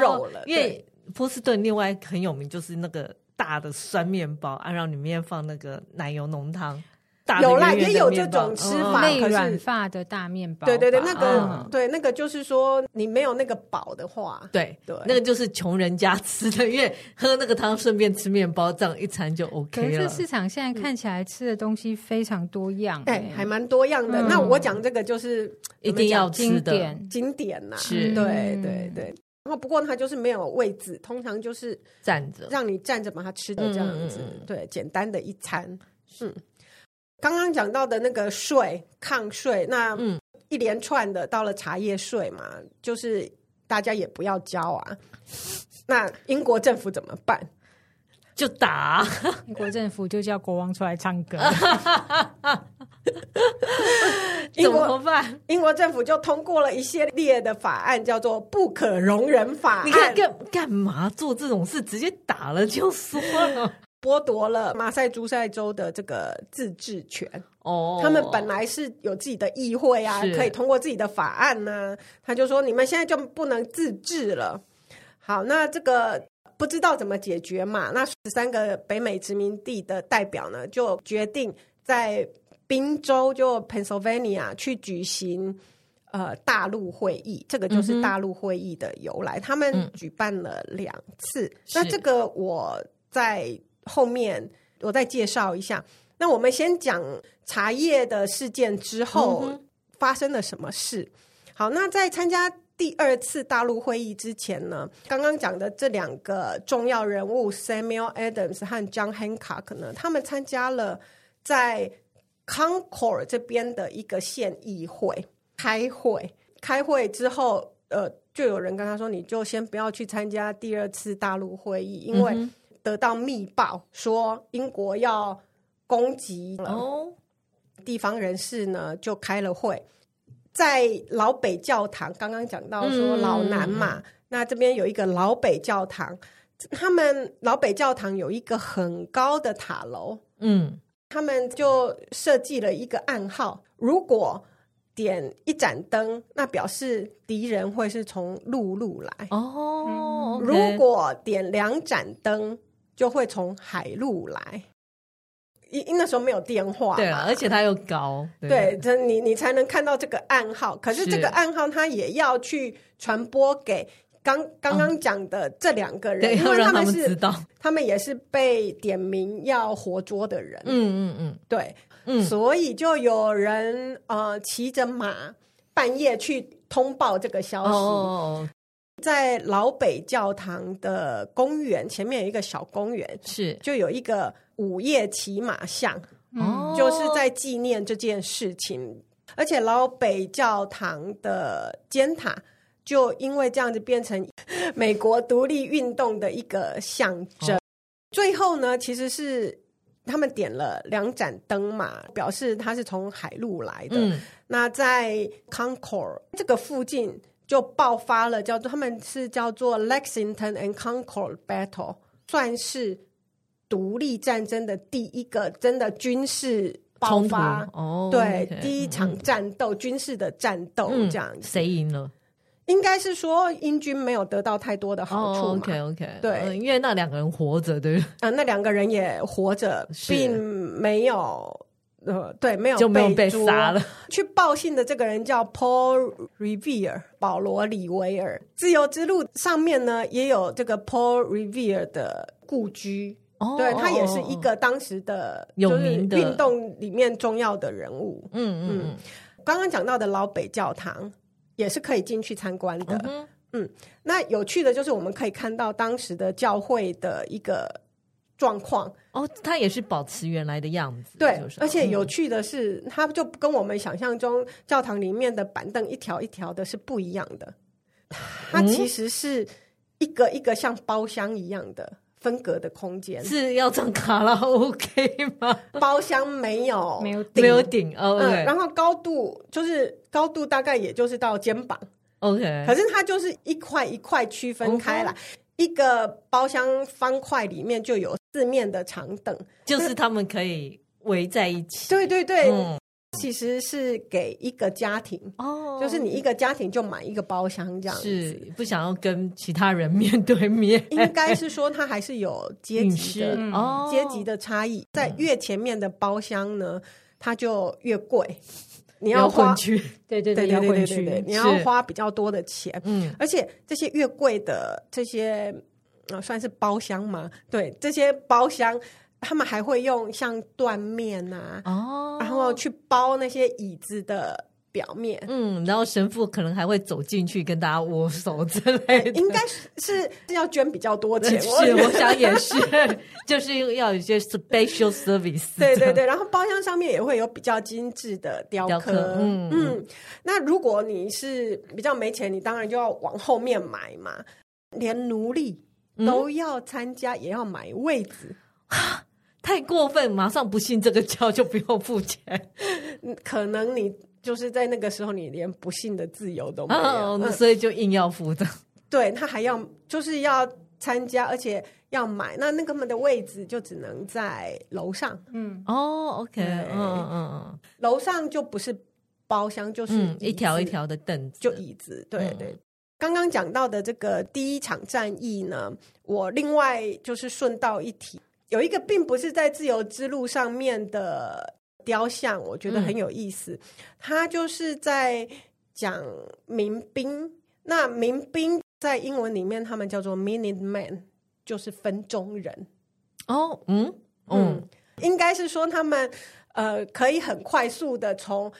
Speaker 1: 肉
Speaker 3: 哦哦
Speaker 1: 了
Speaker 3: 哦，因为波士顿另外很有名就是那个大的酸面包，啊，然后里面放那个奶油浓汤。大的
Speaker 1: 有啦
Speaker 3: 圆圆的
Speaker 1: 也有这
Speaker 3: 面包
Speaker 1: 种吃法
Speaker 3: 嗯
Speaker 5: 内
Speaker 1: 可是
Speaker 5: 哦软发的大面包吧，
Speaker 1: 对对对，那个
Speaker 5: 嗯
Speaker 1: 对那个就是说你没有那个饱的话，
Speaker 3: 对
Speaker 1: 对
Speaker 3: 那个就是穷人家吃的，因为喝那个汤顺便吃面包，这样一餐就
Speaker 5: 可是
Speaker 3: OK
Speaker 5: 这
Speaker 3: 了。
Speaker 5: 市场现在看起来吃的东西非常多样，
Speaker 1: 哎
Speaker 5: 诶，
Speaker 1: 还蛮多样的。
Speaker 5: 嗯
Speaker 1: 那我讲这个就是
Speaker 3: 一定要吃
Speaker 5: 经
Speaker 3: 的，
Speaker 5: 典，
Speaker 1: 经典呐，
Speaker 3: 是
Speaker 1: 对
Speaker 5: 嗯
Speaker 1: 对对。然后不过它就是没有位置，通常就是
Speaker 3: 站着
Speaker 1: 让你站着把它吃的这样子
Speaker 3: 嗯嗯嗯，
Speaker 1: 对，简单的一餐，嗯。刚刚讲到的那个税抗税，那
Speaker 3: 嗯
Speaker 1: 一连串的到了茶叶税嘛，就是大家也不要交啊。 那英国政府怎么办？
Speaker 3: 就打，
Speaker 5: 英国政府就叫国王出来唱 歌，
Speaker 1: 英
Speaker 3: 怎
Speaker 1: 国
Speaker 3: 么办？
Speaker 1: 英国政府就通过了一系列的法案，叫做《不可容忍法案
Speaker 3: 你看》，干干嘛做这种事？直接打了就说 了。
Speaker 1: 剥夺了马赛诸塞州的这个自治权。
Speaker 3: 哦，
Speaker 1: 他们本来是有自己的议会啊，
Speaker 3: 是
Speaker 1: 可以通过自己的法案呐、他就说你们现在就不能自治了。好，那这个不知道怎么解决嘛？那十三个北美殖民地的代表呢，就决定在宾州就 Pennsylvania 去举行。呃，大陆会议，这个
Speaker 3: 嗯
Speaker 1: 就是大陆会议的由来。他们举办了两次，那
Speaker 3: 是
Speaker 1: 这个我在后面我再介绍一下。那我们先讲茶叶的事件之后发生了什么事。好，那在参加第二次大陆会议之前呢，刚刚讲的这两个重要人物 Samuel Adams 和 John Hancock 呢，他们参加了在 Concord 这边的一个县议会开会。开会之后，呃，就有人跟他说：“你就先不要去参加第二次大陆会议，因为得到密报说英国要攻击了。
Speaker 3: 哦，
Speaker 1: 地方人士呢就开了会，在老北教堂，刚刚讲到说老南嘛，那这边有一个老北教堂，他们老北教堂有一个很高的塔楼，
Speaker 3: 嗯，
Speaker 1: 他们就设计了一个暗号：如果点一盏灯，那表示敌人会是从陆路来；嗯
Speaker 3: 哦，
Speaker 1: 如果点两盏灯，就会从海路来。因因那时候没有电话，
Speaker 3: 对啊，而且它又高，
Speaker 1: 对，这你你才能看到这个暗号。可是
Speaker 3: 是
Speaker 1: 这个暗号，它也要去传播给刚刚刚讲的这两个人，
Speaker 3: 对，
Speaker 1: 因
Speaker 3: 要
Speaker 1: 为
Speaker 3: 让他
Speaker 1: 们
Speaker 3: 们
Speaker 1: 是
Speaker 3: 知道，
Speaker 1: 他们也是被点名要活捉的人，
Speaker 3: 嗯嗯嗯
Speaker 1: 对，
Speaker 3: 嗯，
Speaker 1: 所以就有人呃骑着马半夜去通报这个消
Speaker 3: 哦
Speaker 1: 息，
Speaker 3: 哦，哦
Speaker 1: 在老北教堂的公园前面有一个小公园，
Speaker 3: 是
Speaker 1: 就有一个午夜骑马像。
Speaker 5: 嗯
Speaker 3: 哦，
Speaker 1: 嗯就是在纪念这件事情。而且老北教堂的尖塔就因为这样子变成美国独立运动的一个象征。最后呢，其实是他们点了两盏灯嘛，表示它是从海路来的。
Speaker 3: 嗯
Speaker 1: 那在 Concord 这个附近就爆发了叫做他们是叫做 Lexington and Concord Battle，算是独立战争的第一个真的军事爆
Speaker 3: 冲突
Speaker 1: 发。
Speaker 3: 哦，
Speaker 1: 对
Speaker 3: OK，
Speaker 1: 第一场战斗，军事的战斗
Speaker 3: 嗯
Speaker 1: 这样子，
Speaker 3: 谁赢了？
Speaker 1: 应该是说英军没有得到太多的好处嘛。
Speaker 3: 哦，OK OK，
Speaker 1: 对
Speaker 3: 因为那两个人活着，对不对，
Speaker 1: 啊，那两个人也活着，
Speaker 3: 是
Speaker 1: 并没有呃，对，没有
Speaker 3: 就没有被
Speaker 1: 捉
Speaker 3: 杀了。
Speaker 1: 去报信的这个人叫 Paul Revere，保罗·李维尔。自由之路上面呢，也有这个 Paul Revere 的故居。
Speaker 3: 哦，
Speaker 1: 对他也是
Speaker 3: 哦
Speaker 1: 一，个当时的
Speaker 3: 有
Speaker 1: 就是
Speaker 3: 名的
Speaker 1: 运动里面重要的人物。
Speaker 3: 嗯嗯嗯
Speaker 1: 刚刚讲到的老北教堂也是可以进去参观的。
Speaker 3: 嗯哼，
Speaker 1: 那有趣的就是我们可以看到当时的教会的一个状况，
Speaker 3: 哦，他也是保持原来的样子，
Speaker 1: 对
Speaker 3: 就是，
Speaker 1: 而且有
Speaker 3: 嗯
Speaker 1: 趣的是，它就跟我们想象中教堂里面的板凳一条一条的是不一样的，它
Speaker 3: 嗯
Speaker 1: 其实是一个一个像包厢一样的分隔的空间。
Speaker 3: 嗯是要唱卡拉 OK 吗？
Speaker 1: 包厢没有，
Speaker 5: 没有
Speaker 3: 没有顶哦
Speaker 1: 嗯，然
Speaker 3: ，OK
Speaker 1: 后高度就是高度大概也就是到肩膀，可
Speaker 3: OK，
Speaker 1: 是它就是一块一块区分开
Speaker 3: 哦
Speaker 1: 来。一个包厢方块里面就有四面的长凳，
Speaker 3: 就是他们可以围在一起，
Speaker 1: 对对对，
Speaker 3: 嗯
Speaker 1: 其实是给一个家庭，
Speaker 3: 哦
Speaker 1: 就是你一个家庭就买一个包厢这样
Speaker 3: 是
Speaker 1: 子。
Speaker 3: 不想要跟其他人面对面，
Speaker 1: 应该是说它还是有阶
Speaker 3: 隐
Speaker 1: 级
Speaker 3: 私
Speaker 1: 的
Speaker 3: 哦，
Speaker 1: 阶级的差异，在越前面的包厢呢，它就越贵，你
Speaker 3: 你
Speaker 1: 要花
Speaker 3: 混去，
Speaker 5: 对对
Speaker 1: 对
Speaker 5: 对，
Speaker 1: 对
Speaker 5: 摇
Speaker 1: 对
Speaker 5: 滚
Speaker 1: 对对对，
Speaker 5: 区
Speaker 1: 你要
Speaker 3: 是
Speaker 1: 花比较多的钱。
Speaker 3: 嗯，
Speaker 1: 而且这些越贵的这些，呃，算是包厢嘛，对，这些包厢他们还会用像缎面啊，
Speaker 3: 哦，
Speaker 1: 然后去包那些椅子的表面。
Speaker 3: 嗯，然后神父可能还会走进去跟大家握手之类的，
Speaker 1: 应该是是是要捐比较多钱，
Speaker 3: 是，
Speaker 1: 觉得
Speaker 3: 我想也是， 就是要有一些 special service，
Speaker 1: 对对对，然后包厢上面也会有比较精致的雕
Speaker 3: 雕
Speaker 1: 刻，
Speaker 3: 刻嗯
Speaker 1: 那如果你是比较没钱，你当然就要往后面买嘛，连奴隶
Speaker 3: 嗯
Speaker 1: 都要参加，也要买位子，
Speaker 3: 太过分，马上不信这个教就不用付钱
Speaker 1: 嗯可能你就是在那个时候，你连不幸的自由 都没有，
Speaker 3: 啊，
Speaker 1: 嗯
Speaker 3: 所以就硬要付的。
Speaker 1: 对他还要就是要参加，而且要买，那那个们的位置就只能在楼上，
Speaker 5: 嗯，
Speaker 3: 哦，OK，
Speaker 1: 对
Speaker 3: 嗯嗯
Speaker 1: 楼上就不是包厢，就
Speaker 3: 嗯
Speaker 1: 是
Speaker 3: 嗯，
Speaker 1: 椅
Speaker 3: 一条
Speaker 1: 子
Speaker 3: 一条的凳子，
Speaker 1: 就椅子，对
Speaker 3: 嗯
Speaker 1: 对。刚刚讲到的这个第一场战役呢，我另外就是顺道一提，有一个并不是在自由之路上面的雕像，我觉得
Speaker 3: 嗯
Speaker 1: 很有意思。它就是在讲民兵，那民兵在英文里面他们叫做 minute man，就是分钟人。
Speaker 3: 哦，嗯嗯，
Speaker 1: 应该是说他们呃可以很快速的从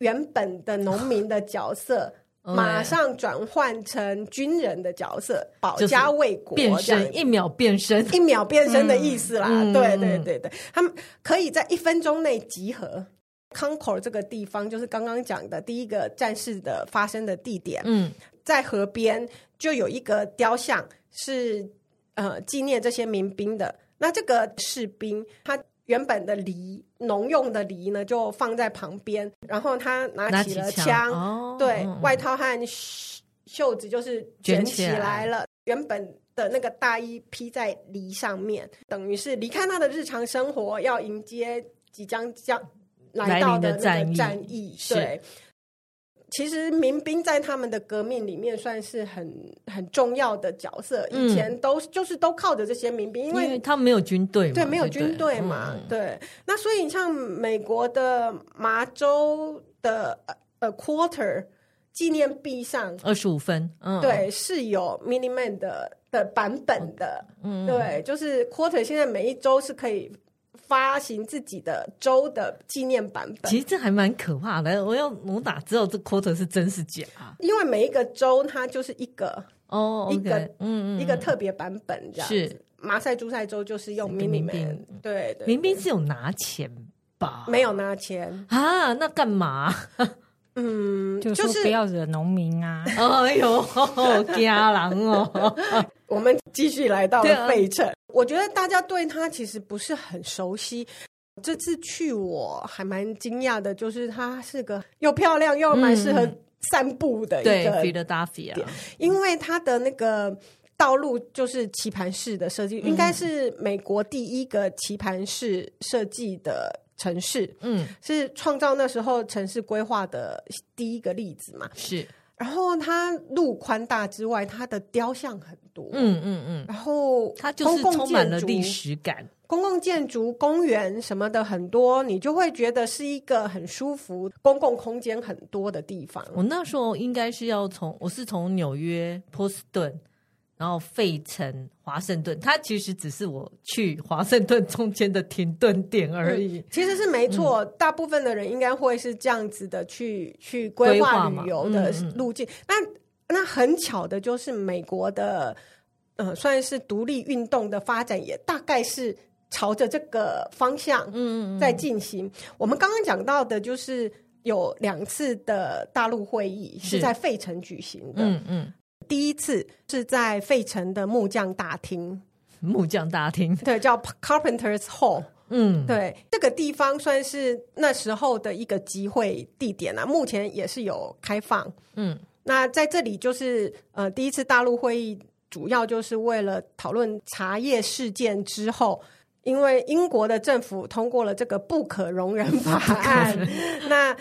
Speaker 1: 原本的农民的角色。
Speaker 3: 嗯
Speaker 1: 马上转换成军人的角色，保
Speaker 3: 就是
Speaker 1: 家卫国，
Speaker 3: 变
Speaker 1: 这样
Speaker 3: 身一秒变身，
Speaker 1: 一秒变身的意思啦。
Speaker 3: 嗯
Speaker 1: 对
Speaker 3: 嗯
Speaker 1: 对
Speaker 3: 嗯
Speaker 1: 对对，他们可以在一分钟内集合。Concord 这个地方就是刚刚讲的第一个战事的发生的地点，
Speaker 3: 嗯
Speaker 1: 在河边就有一个雕像是呃纪念这些民兵的。那这个士兵他原本的梨农用的梨呢，就放在旁边，然后他拿
Speaker 3: 拿
Speaker 1: 起
Speaker 3: 起
Speaker 1: 了
Speaker 3: 枪，
Speaker 1: 枪，
Speaker 3: 哦
Speaker 1: 对
Speaker 3: 嗯
Speaker 1: 外套和袖袖子就是卷
Speaker 3: 卷
Speaker 1: 起
Speaker 3: 起
Speaker 1: 来
Speaker 3: 来
Speaker 1: 了，原本的那个大衣披在梨上面，等于是离开他的日常生活，要迎接即将将来
Speaker 3: 来临
Speaker 1: 到
Speaker 3: 的
Speaker 1: 那个
Speaker 3: 战役
Speaker 1: 战役。
Speaker 3: 是
Speaker 1: 对，其实民兵在他们的革命里面算是很很重要的角色，
Speaker 3: 嗯
Speaker 1: 以前都就是都靠着这些民兵，因
Speaker 3: 因
Speaker 1: 为
Speaker 3: 为他没有军队嘛，
Speaker 1: 对，没有
Speaker 3: 不
Speaker 1: 军队嘛，
Speaker 3: 嗯
Speaker 1: 对。那所以像美国的麻州的呃呃 quarter 纪念币上，
Speaker 3: 二十五分，嗯，
Speaker 1: 对，是有 Mini Man 的的版本的，
Speaker 3: 嗯，
Speaker 1: 对，就是 quarter 现在每一周是可以发行自己的州的纪念版本
Speaker 3: 其。实这还蛮可怕的。我要我哪知道这 quarter 是真是假啊？
Speaker 1: 因为每一个州它就是一个、
Speaker 3: 哦
Speaker 1: 一
Speaker 3: OK，
Speaker 1: 个
Speaker 3: 嗯嗯，
Speaker 1: 一个特别版本这样子。
Speaker 3: 是
Speaker 1: 马赛诸塞州就是用
Speaker 3: 是一个
Speaker 1: Mini
Speaker 3: 民兵
Speaker 1: Man，对对，
Speaker 3: 民兵是有拿钱吧？
Speaker 1: 没有拿钱，
Speaker 3: 啊，那 干嘛？
Speaker 1: 嗯，
Speaker 5: 就
Speaker 1: 就是是
Speaker 5: 说不要惹农民啊。
Speaker 3: 哎呦，家狼 哦，
Speaker 1: 我们继续来到
Speaker 3: 对
Speaker 1: 了
Speaker 3: 啊
Speaker 1: 费城，我觉得大家对他其实不是很熟悉。这次去我还蛮惊讶的，就是她是个又漂亮又蛮适合散步的一
Speaker 3: 嗯对
Speaker 1: 个，
Speaker 3: ，Philadelphia，
Speaker 1: 因为它的那个道路就是棋盘式的设计，
Speaker 3: 嗯
Speaker 1: 应该是美国第一个棋盘式设计的城市，
Speaker 3: 嗯，
Speaker 1: 是创造那时候城市规划的第一个例子嘛。
Speaker 3: 是，
Speaker 1: 然后它路宽大之外，它的雕像很多，
Speaker 3: 嗯嗯嗯，
Speaker 1: 然后
Speaker 3: 它就
Speaker 1: 公
Speaker 3: 是
Speaker 1: 共
Speaker 3: 充满了
Speaker 1: 建筑
Speaker 3: 历、史感，
Speaker 1: 公共建筑、公园什么的很多，你就会觉得是一个很舒服、公共空间很多的地方。
Speaker 3: 我那时候应该是要从，我是从纽约、波士顿，然后费城、华盛顿，它其实只是我去华盛顿中间的停顿点而已。
Speaker 1: 其实是没错，
Speaker 3: 嗯
Speaker 1: 大部分的人应该会是这样子的去去规
Speaker 3: 规
Speaker 1: 划
Speaker 3: 划嘛
Speaker 1: 旅游的
Speaker 3: 嗯嗯
Speaker 1: 路径。那那很巧的就是美国的，呃，算是独立运动的发展也大概是朝着这个方向，嗯在进行。我们刚刚讲到的就是有两次的大陆会议是
Speaker 3: 是
Speaker 1: 在费城举行的，
Speaker 3: 嗯嗯，
Speaker 1: 第一次是在费城的木匠大厅，
Speaker 3: 木匠大厅，
Speaker 1: 对，叫 Carpenters Hall。
Speaker 3: 嗯，
Speaker 1: 对，这个地方算是那时候的一个集会地点啊，目前也是有开放。
Speaker 3: 嗯，
Speaker 1: 那在这里就是呃，第一次大陆会议主要就是为了讨论茶叶事件之后。因为英国的政府通过了这个不可容忍法案，那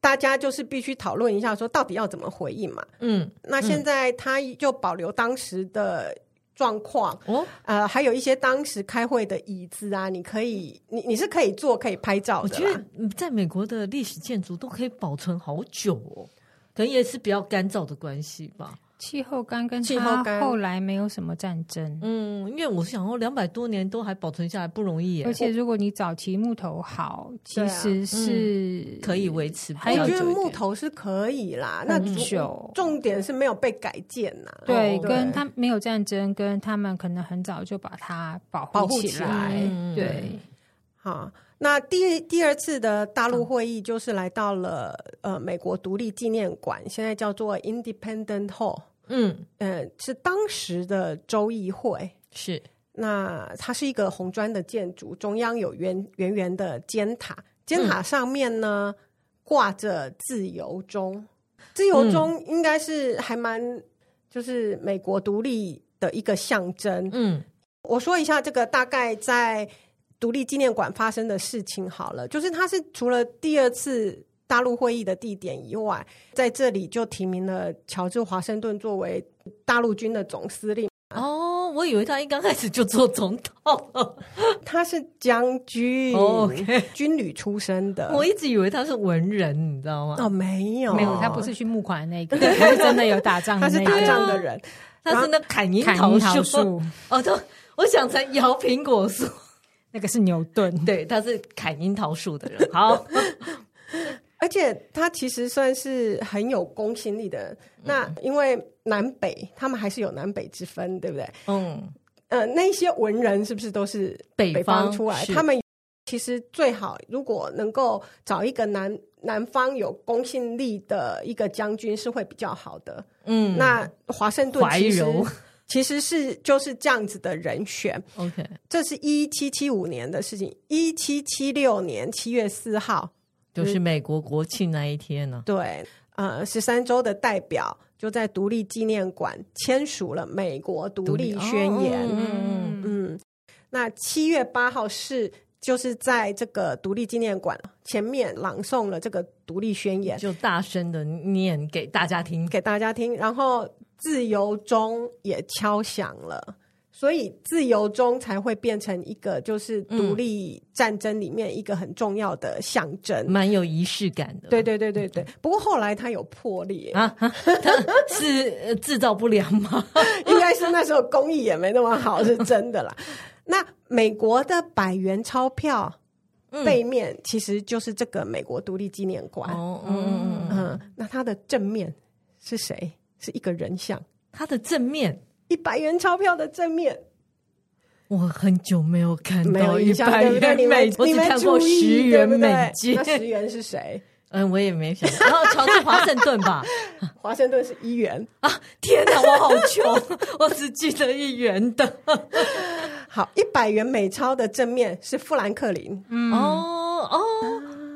Speaker 1: 大家就是必须讨论一下，说到底要怎么回应嘛？
Speaker 3: 嗯，
Speaker 1: 那现在他就保留当时的状况，
Speaker 3: 哦，
Speaker 1: 呃，还有一些当时开会的椅子啊，你可以，你你是可以坐，可以拍照
Speaker 3: 我
Speaker 1: 的
Speaker 3: 觉
Speaker 1: 啦。
Speaker 3: 得嗯在美国的历史建筑都可以保存好久哦，可能也是比较干燥的关系吧。
Speaker 5: 气候干跟
Speaker 1: 气候干
Speaker 5: 它后来没有什么战争，
Speaker 3: 嗯，因为我想哦，两百多年都还保存下来不容易耶
Speaker 5: 而，且如果你早期木头好，
Speaker 1: 对
Speaker 5: 其
Speaker 1: 啊
Speaker 5: 实是
Speaker 3: 可以维持比
Speaker 5: 还
Speaker 3: 较
Speaker 1: 我
Speaker 5: 有
Speaker 1: 觉
Speaker 3: 久
Speaker 1: 得
Speaker 5: 这一
Speaker 1: 木
Speaker 5: 点嗯
Speaker 1: 头是可以啦，那
Speaker 5: 很
Speaker 1: 主
Speaker 5: 久
Speaker 1: 重点是没有被改建呐、
Speaker 5: 对，
Speaker 3: 哦
Speaker 5: 跟
Speaker 1: 对
Speaker 5: 他没有战争，跟他们可能很早就把它保
Speaker 1: 保
Speaker 5: 护
Speaker 1: 护起
Speaker 5: 起来
Speaker 1: 来。
Speaker 3: 嗯
Speaker 5: 对，
Speaker 1: 好，那第第二次的大陆会议就是来到了呃美国独立纪念馆，现在叫做 Independent Hall，
Speaker 3: 嗯，
Speaker 1: 嗯、是当时的州议会。
Speaker 3: 是，
Speaker 1: 那它是一个红砖的建筑，中央有圆圆圆的尖塔，尖
Speaker 3: 嗯
Speaker 1: 塔上面呢、挂着自由钟，自
Speaker 3: 嗯
Speaker 1: 由钟应该是还蛮就是美国独立的一个象征。
Speaker 3: 嗯
Speaker 1: 我说一下这个大概在独立纪念馆发生的事情好了，就是它是除了第二次。大陆会议的地点以外，在这里就提名了乔治华盛顿作为大陆军的总司令。
Speaker 3: 哦，我以为他一刚开始就做总统 了。
Speaker 1: 他是将
Speaker 5: 嗯
Speaker 1: 军、
Speaker 3: 哦，OK
Speaker 1: 军旅出身的。
Speaker 3: 我一直以为他是文人，你知道吗？
Speaker 1: 哦，没有，
Speaker 5: 没有，他不，是去募款的那个，他是真的有打仗
Speaker 1: 他
Speaker 5: 的
Speaker 1: 是
Speaker 5: 那
Speaker 1: 打
Speaker 5: 个
Speaker 1: 仗的人。
Speaker 3: 他是那砍樱
Speaker 5: 砍
Speaker 3: 桃
Speaker 5: 樱桃树，
Speaker 3: 哦，对，我想成摇苹果树，
Speaker 5: 那个是牛顿。
Speaker 3: 对，他是砍樱桃树的 人。好，
Speaker 1: 而且他其实算是很有公信力的人。
Speaker 3: 嗯
Speaker 1: 那因为南北他们还是有南北之分，对不对？
Speaker 3: 嗯，
Speaker 1: 呃，那些文人是不是都是
Speaker 3: 北
Speaker 1: 北
Speaker 3: 方
Speaker 1: 方出来？
Speaker 3: 是
Speaker 1: 他们其实最好如果能够找一个南南方有公信力的一个将军是会比较好的。
Speaker 3: 嗯，
Speaker 1: 那华盛顿
Speaker 3: 怀
Speaker 1: 其实
Speaker 3: 柔
Speaker 1: 其实是就是这样子的人选。
Speaker 3: OK，
Speaker 1: 这是一七七五年的事情，一七七六年七月四号，
Speaker 3: 就是美国国庆那一天啊呢、
Speaker 1: 对，呃，十三州的代表就在独立纪念馆签署了美国独立宣言。
Speaker 3: 独立哦嗯
Speaker 5: 嗯，
Speaker 1: 嗯，那七月八号是就是在这个独立纪念馆前面朗诵了这个独立宣言
Speaker 3: 就大声的念给大家听。
Speaker 1: 给大家听，然后自由钟也敲响了。所以自由钟才会变成一个，就是
Speaker 3: 嗯
Speaker 1: 独立战争里面一个很重要的象征。
Speaker 3: 蛮有仪式感的，
Speaker 1: 对对对对对，不过后来它有破裂，
Speaker 3: 啊，哈它是呃制造不良 吗？
Speaker 1: 应该是那时候工艺也没那么好，是真的 啦。那美国的百元钞票背面其实就是这个美国独立纪念馆，
Speaker 3: 嗯 哦，嗯嗯嗯，
Speaker 1: 嗯，那它的正面是谁？是一个人像，
Speaker 3: 它的正面
Speaker 1: 一百元钞票的正面，
Speaker 3: 我很久没有看
Speaker 1: 没
Speaker 3: 到
Speaker 1: 有
Speaker 3: 一
Speaker 1: 印象，
Speaker 3: 百
Speaker 1: 对不对？
Speaker 3: 元
Speaker 1: 你
Speaker 3: 美
Speaker 1: 们，
Speaker 3: 我
Speaker 1: 你
Speaker 3: 只
Speaker 1: 们
Speaker 3: 看过
Speaker 1: 注意
Speaker 3: 十元
Speaker 1: 对不对
Speaker 3: 美金。
Speaker 1: 那十元是谁？
Speaker 3: 嗯，我也没想到。然后乔治华盛顿吧，
Speaker 1: 华盛顿是一元。
Speaker 3: 啊，天哪，我好穷， 我只记得一元的。
Speaker 1: 好，一百元美钞的正面是富兰克林。
Speaker 3: 哦哦，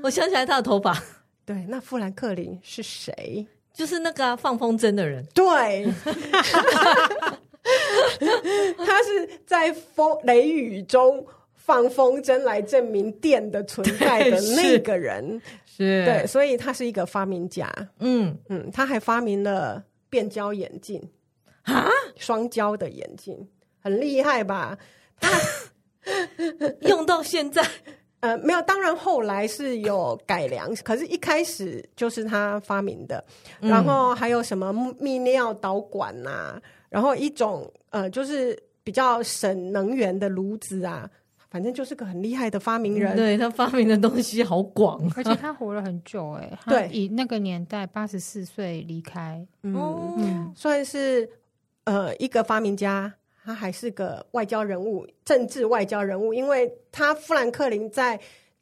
Speaker 3: 我想起来他的头发
Speaker 1: 对，那富兰克林是谁？
Speaker 3: 就是那个啊、放风筝的人，
Speaker 1: 对， 他是在风雷雨中放风筝来证明电的存在的那个人。
Speaker 3: 是
Speaker 1: 对，，所以他是一个发明家。
Speaker 3: 嗯，
Speaker 1: 嗯，他还发明了变焦眼镜啊，双焦的眼镜，很厉害吧？
Speaker 3: 用到现 在，
Speaker 1: 呃，没有，当然后来是有改良，可是一开始就是他发明的。然后还有什么泌尿导管呐、然后一种呃，就是比较省能源的炉子啊，反正就是个很厉害的发明人。
Speaker 3: 嗯对他发明的东西好广啊
Speaker 5: 而且他活了很久哎、他
Speaker 1: 对
Speaker 5: 以那个年代八十四岁离开，
Speaker 1: 嗯，
Speaker 3: 哦，
Speaker 1: 算是呃一个发明家，他还是个外交人物，政治外交人物，因为他富兰克林在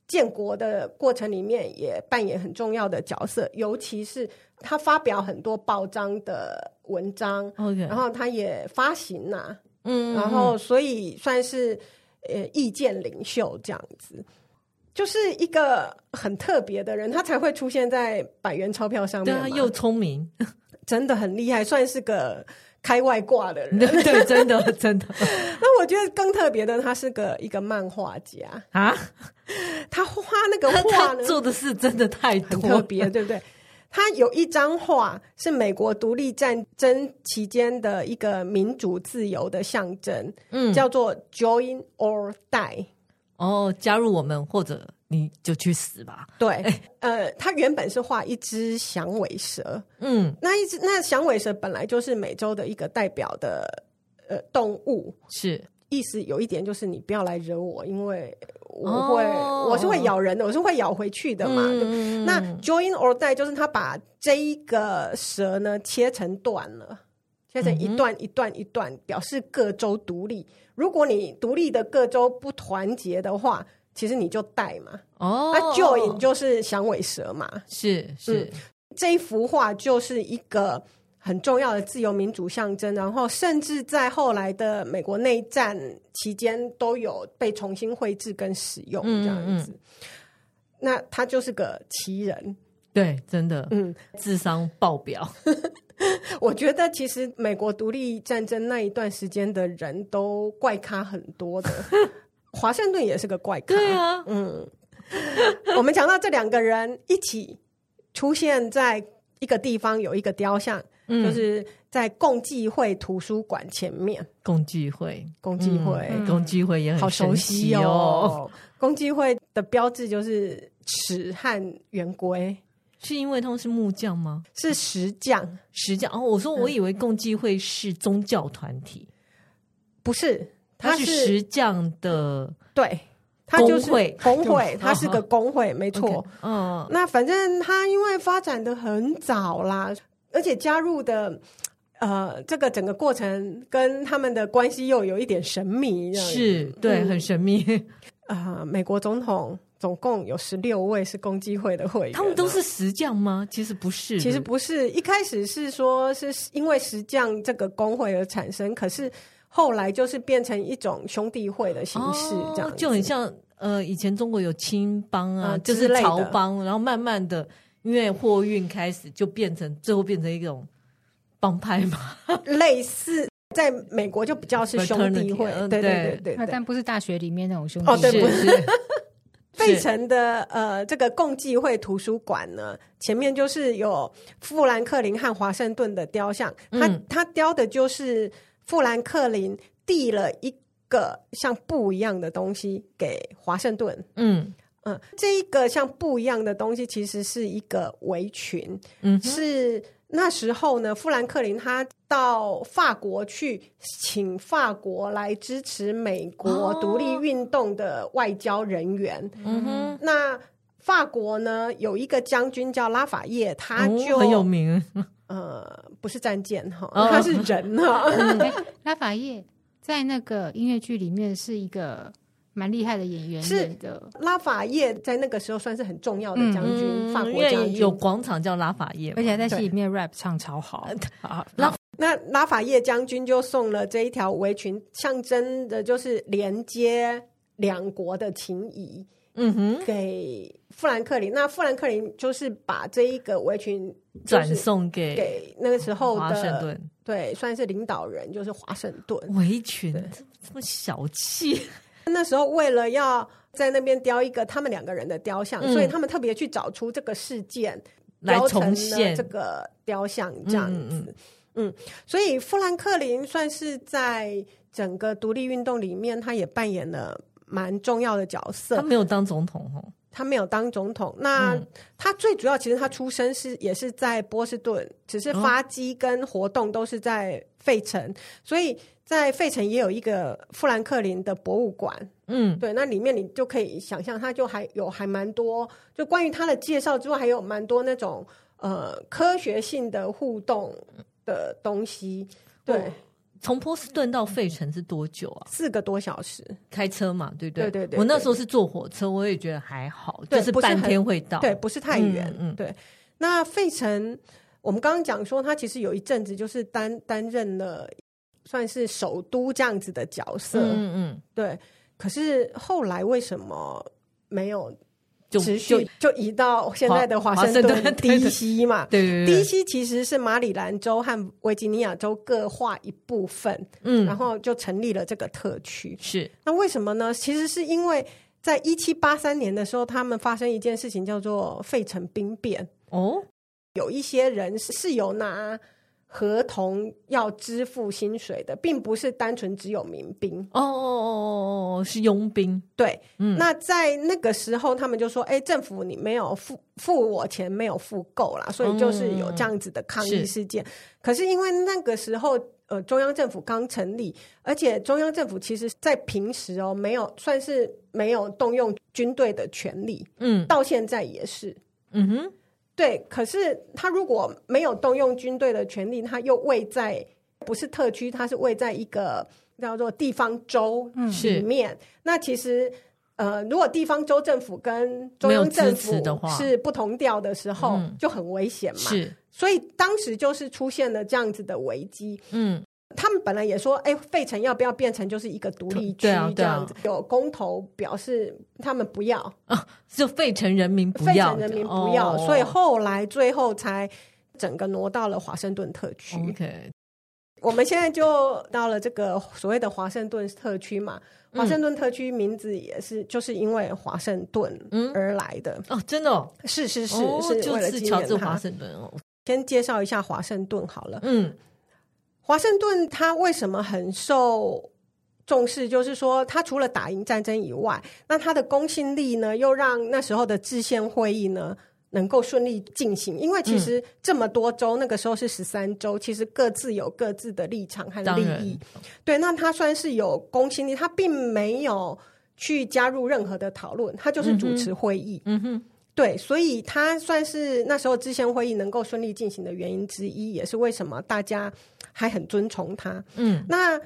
Speaker 1: 建国的过程里面也扮演很重要的角色，尤其是他发表很多报章的文章，
Speaker 3: OK，
Speaker 1: 然后他也发行呐、
Speaker 3: 嗯
Speaker 1: 然后所以算是呃意见领袖这样子。就是一个很特别的人，他才会出现在百元钞票上
Speaker 3: 对
Speaker 1: 面嘛。
Speaker 3: 啊，又聪明，
Speaker 1: 真的很厉害，算是个开外挂的 人。
Speaker 3: 对对，真的真 的
Speaker 1: 那我觉得更特别的，他是个一个漫画家，
Speaker 3: 啊，
Speaker 1: 他画那个
Speaker 3: 他
Speaker 1: 画
Speaker 3: 他
Speaker 1: 呢
Speaker 3: 做的事真的太
Speaker 1: 很
Speaker 3: 多
Speaker 1: 特
Speaker 3: 了，
Speaker 1: 别，对不对？他有一张画是美国独立战争期间的一个民主自由的象征，
Speaker 3: 嗯，
Speaker 1: 叫做 “Join or Die”。
Speaker 3: 哦，加入我们或者你就去死吧，
Speaker 1: 对，呃，他原本是画一只响尾蛇，
Speaker 3: 嗯，
Speaker 1: 那一只那响尾蛇本来就是美洲的一个代表的呃动物，
Speaker 3: 是
Speaker 1: 意思有一点就是你不要来惹我，因为我
Speaker 3: 哦
Speaker 1: 会、我是会咬人的，我是会咬回去的嘛。对不对
Speaker 3: 嗯
Speaker 1: 那 join or die 就是他把这一个蛇呢切成段了，切成一
Speaker 3: 嗯
Speaker 1: 段一段一段，表示各州独立。如果你独立的各州不团结的话，其实你就带嘛。
Speaker 3: 哦，
Speaker 1: 那 join 就是嗯响尾蛇嘛。
Speaker 3: 是是
Speaker 1: 这一幅画就是一个很重要的自由民主象征，然后甚至在后来的美国内战期间都有被重新绘制跟使用
Speaker 3: 嗯
Speaker 1: 这样子。那他就是个奇人，
Speaker 3: 对，真的
Speaker 1: 嗯，
Speaker 3: 智商爆表，
Speaker 1: 我觉得其实美国独立战争那一段时间的人都怪咖很多 的，华盛顿也是个怪咖，
Speaker 3: 对 啊，
Speaker 1: 嗯，我们讲到这两个人一起出现在一个地方，有一个雕像，
Speaker 3: 嗯
Speaker 1: 就是在共济会图书馆前面。
Speaker 3: 共济会，
Speaker 1: 共济会、
Speaker 3: 嗯共济会也很
Speaker 1: 好熟
Speaker 3: 神
Speaker 1: 悉
Speaker 3: 奇哦，
Speaker 1: 哦，共济会的标志就是尺和圆规，
Speaker 3: 是因为他们是木匠吗？
Speaker 1: 是石匠，
Speaker 3: 石匠哦，我说我以为共济会是宗教团体，
Speaker 1: 不是，
Speaker 3: 它
Speaker 1: 它是
Speaker 3: 石匠的
Speaker 1: 对，它就是
Speaker 3: 工会嗯
Speaker 1: 工会，它是个工会，没错。
Speaker 3: OK，嗯，
Speaker 1: 那反正他因为发展的很早啦，而且加入的呃这个整个过程跟他们的关系又有一点神秘，这样子
Speaker 3: 是对，
Speaker 1: 嗯
Speaker 3: 很神秘，
Speaker 1: 呃，美国总统总共有十六位是共济会的会员，啊
Speaker 3: 他们都是石匠吗？其实不是，
Speaker 1: 其实不是，一开始是说是因为石匠这个工会而产生，可是后来就是变成一种兄弟会的形式，这样、
Speaker 3: 哦、就很像呃，以前中国有青帮啊，
Speaker 1: 嗯
Speaker 3: 就是
Speaker 1: 之类的
Speaker 3: 曹帮，然后慢慢的因为货运开始就变成最后变成一种帮派嘛，
Speaker 1: 类似。在美国就比较是兄弟会
Speaker 3: Fraternity，，嗯
Speaker 1: 对对对
Speaker 5: 那
Speaker 1: 对对。
Speaker 5: 啊但不是大学里面那种兄弟
Speaker 1: 哦对
Speaker 5: 会
Speaker 1: 不
Speaker 3: 是是
Speaker 1: 费城的呃这个共济会图书馆呢，前面就是有富兰克林和华盛顿的雕像，他
Speaker 3: 嗯
Speaker 1: 他雕的就是富兰克林递了一个像布一样的东西给华盛顿，
Speaker 3: 嗯
Speaker 1: 嗯，这一个像布一样的东西，其实是一个围裙，
Speaker 3: 嗯哼
Speaker 1: 是那时候呢，富兰克林他到法国去，请法国来支持美国
Speaker 3: 哦
Speaker 1: 独立运动的外交人员。
Speaker 3: 嗯哼，
Speaker 1: 那法国呢，有一个将军叫拉法叶，他
Speaker 3: 哦
Speaker 1: 就、
Speaker 3: 很有名，
Speaker 1: 呃，不是战舰哈，
Speaker 3: 哦
Speaker 1: 他是人哈。
Speaker 5: 嗯对拉法叶在那个音乐剧里面是一个蛮厉害的演员
Speaker 1: 是
Speaker 5: 演的，
Speaker 1: 拉法叶在那个时候算是很重要的将军，
Speaker 3: 嗯
Speaker 1: 法国
Speaker 3: 因
Speaker 1: 将
Speaker 3: 为
Speaker 1: 军
Speaker 3: 有广场叫拉法叶嘛，
Speaker 5: 而且在戏
Speaker 1: 对呃
Speaker 5: 里面 rap 唱超好，啊
Speaker 1: 那拉法叶将军就送了这一条围裙，象征的就是连接两国的情谊
Speaker 3: 嗯哼，
Speaker 1: 给富兰克林。那富兰克林就是把这一个围裙就是
Speaker 3: 转送给
Speaker 1: 给那个时候
Speaker 3: 华盛
Speaker 1: 的
Speaker 3: 顿
Speaker 1: 对，算是领导人就是华盛顿。
Speaker 3: 围裙，这么小 气，
Speaker 1: 那时候为了要在那边雕一个他们两个人的雕像，
Speaker 3: 嗯
Speaker 1: 所以他们特别去找出这个事件，
Speaker 3: 来
Speaker 1: 雕成
Speaker 3: 重
Speaker 1: 了
Speaker 3: 现
Speaker 1: 这个雕像这样
Speaker 3: 嗯
Speaker 1: 子。
Speaker 3: 嗯
Speaker 1: 嗯所以富兰克林算是在整个独立运动里面，他也扮演了蛮重要的角色。
Speaker 3: 他没有当总统哦，
Speaker 1: 他没有当总统，那、
Speaker 3: 嗯
Speaker 1: 他最主要其实他出生是也是在波士顿，只是
Speaker 3: 哦
Speaker 1: 发迹跟活动都是在费城，所以在费城也有一个富兰克林的博物馆。
Speaker 3: 嗯，
Speaker 1: 对，那里面你就可以想象，它就还有还蛮多，就关于它的介绍之外，还有蛮多那种呃科学性的互动的东西。对，
Speaker 3: 哦从波士顿到费城是多久啊？
Speaker 1: 四个多小时，
Speaker 3: 开车嘛，对不对？
Speaker 1: 对对对
Speaker 3: 我那
Speaker 1: 对
Speaker 3: 时候是坐火车，我也觉得还好，
Speaker 1: 对
Speaker 3: 就是
Speaker 1: 不是
Speaker 3: 半
Speaker 1: 很
Speaker 3: 天会到。
Speaker 1: 对，不是太
Speaker 3: 嗯
Speaker 1: 远。
Speaker 3: 嗯
Speaker 1: 对。那费城，我们刚刚讲说，它其实有一阵子就是担担任了算是首都这样子的角色。
Speaker 3: 嗯嗯，
Speaker 1: 对，可是后来为什么没有
Speaker 3: 就
Speaker 1: 持
Speaker 3: 就
Speaker 1: 续就移到现在的
Speaker 3: 华
Speaker 1: 华
Speaker 3: 华
Speaker 1: 盛
Speaker 3: 盛
Speaker 1: 顿
Speaker 3: 顿对对
Speaker 1: DC 嘛？
Speaker 3: 对对对，
Speaker 1: DC 其实是马里兰州和维吉尼亚州各划一部分，
Speaker 3: 嗯，
Speaker 1: 然后就成立了这个特区。
Speaker 3: 是
Speaker 1: 那为什么呢？其实是因为在一七八三年的时候，他们发生一件事情，叫做费城兵变。
Speaker 3: 哦，
Speaker 1: 有一些人是是有拿合同要支付薪水的，并不是单纯只有民兵。
Speaker 3: 哦哦哦哦哦，是佣兵，
Speaker 1: 对，
Speaker 3: 嗯，
Speaker 1: 那在那个时候，他们就说：“哎，政府你没有付付我钱，没有付够啦，所以就是有这样子的抗议
Speaker 3: 是
Speaker 1: 事件。可是因为那个时候，呃，中央政府刚成立，而且中央政府其实在平时哦，没有算是没有动用军队的权利，
Speaker 3: 嗯
Speaker 1: 到现在也是。
Speaker 3: 嗯哼，
Speaker 1: 对，可是他如果没有动用军队的权利，他又位在不是特区，他是位在一个叫做地方州
Speaker 5: 嗯
Speaker 1: 里
Speaker 3: 是
Speaker 1: 面。那其实，呃，如果地方州政府跟中
Speaker 3: 没有
Speaker 1: 央政
Speaker 3: 支持
Speaker 1: 府
Speaker 3: 的话
Speaker 1: 是不同调的时候，
Speaker 3: 嗯
Speaker 1: 就很危险嘛。
Speaker 3: 是，
Speaker 1: 所以当时就是出现了这样子的危机。
Speaker 3: 嗯
Speaker 1: 他们本来也说，哎，费城要不要变成就是一个独立区
Speaker 3: 对啊
Speaker 1: 这
Speaker 3: 对啊
Speaker 1: 样子？有公投表示他们不要，
Speaker 3: 啊，就费城人民不
Speaker 1: 费
Speaker 3: 要
Speaker 1: 城
Speaker 3: 的，
Speaker 1: 人民不要，
Speaker 3: 哦
Speaker 1: 所以后来最后才整个挪到了华盛顿特
Speaker 3: 哦
Speaker 1: 区。
Speaker 3: OK，
Speaker 1: 我们现在就到了这个所谓的华盛顿特区嘛，
Speaker 3: 嗯
Speaker 1: 华盛顿特区名字也是、就是因为华盛顿
Speaker 3: 嗯
Speaker 1: 而来的，
Speaker 3: 哦，真的哦，
Speaker 1: 是是是、
Speaker 3: 哦
Speaker 1: 是
Speaker 3: 就
Speaker 1: 为了
Speaker 3: 是
Speaker 1: 纪
Speaker 3: 乔
Speaker 1: 念
Speaker 3: 治华
Speaker 1: 他。
Speaker 3: 盛顿哦，
Speaker 1: 先介绍一下华盛顿好了，
Speaker 3: 嗯
Speaker 1: 华盛顿他为什么很受重视？就是说，他除了打赢战争以外，那他的公信力呢，又让那时候的制宪会议呢能够顺利进行。因为其实这么多州，那个时候是十三州，其实各自有各自的立场和
Speaker 3: 当
Speaker 1: 利
Speaker 3: 然
Speaker 1: 益。对，那他算是有公信力，他并没有去加入任何的讨论，他就是主持会议。
Speaker 3: 嗯哼，
Speaker 1: 对，所以他算是那时候知县会议能够顺利进行的原因之一，也是为什么大家还很尊崇他。
Speaker 3: 嗯
Speaker 1: 那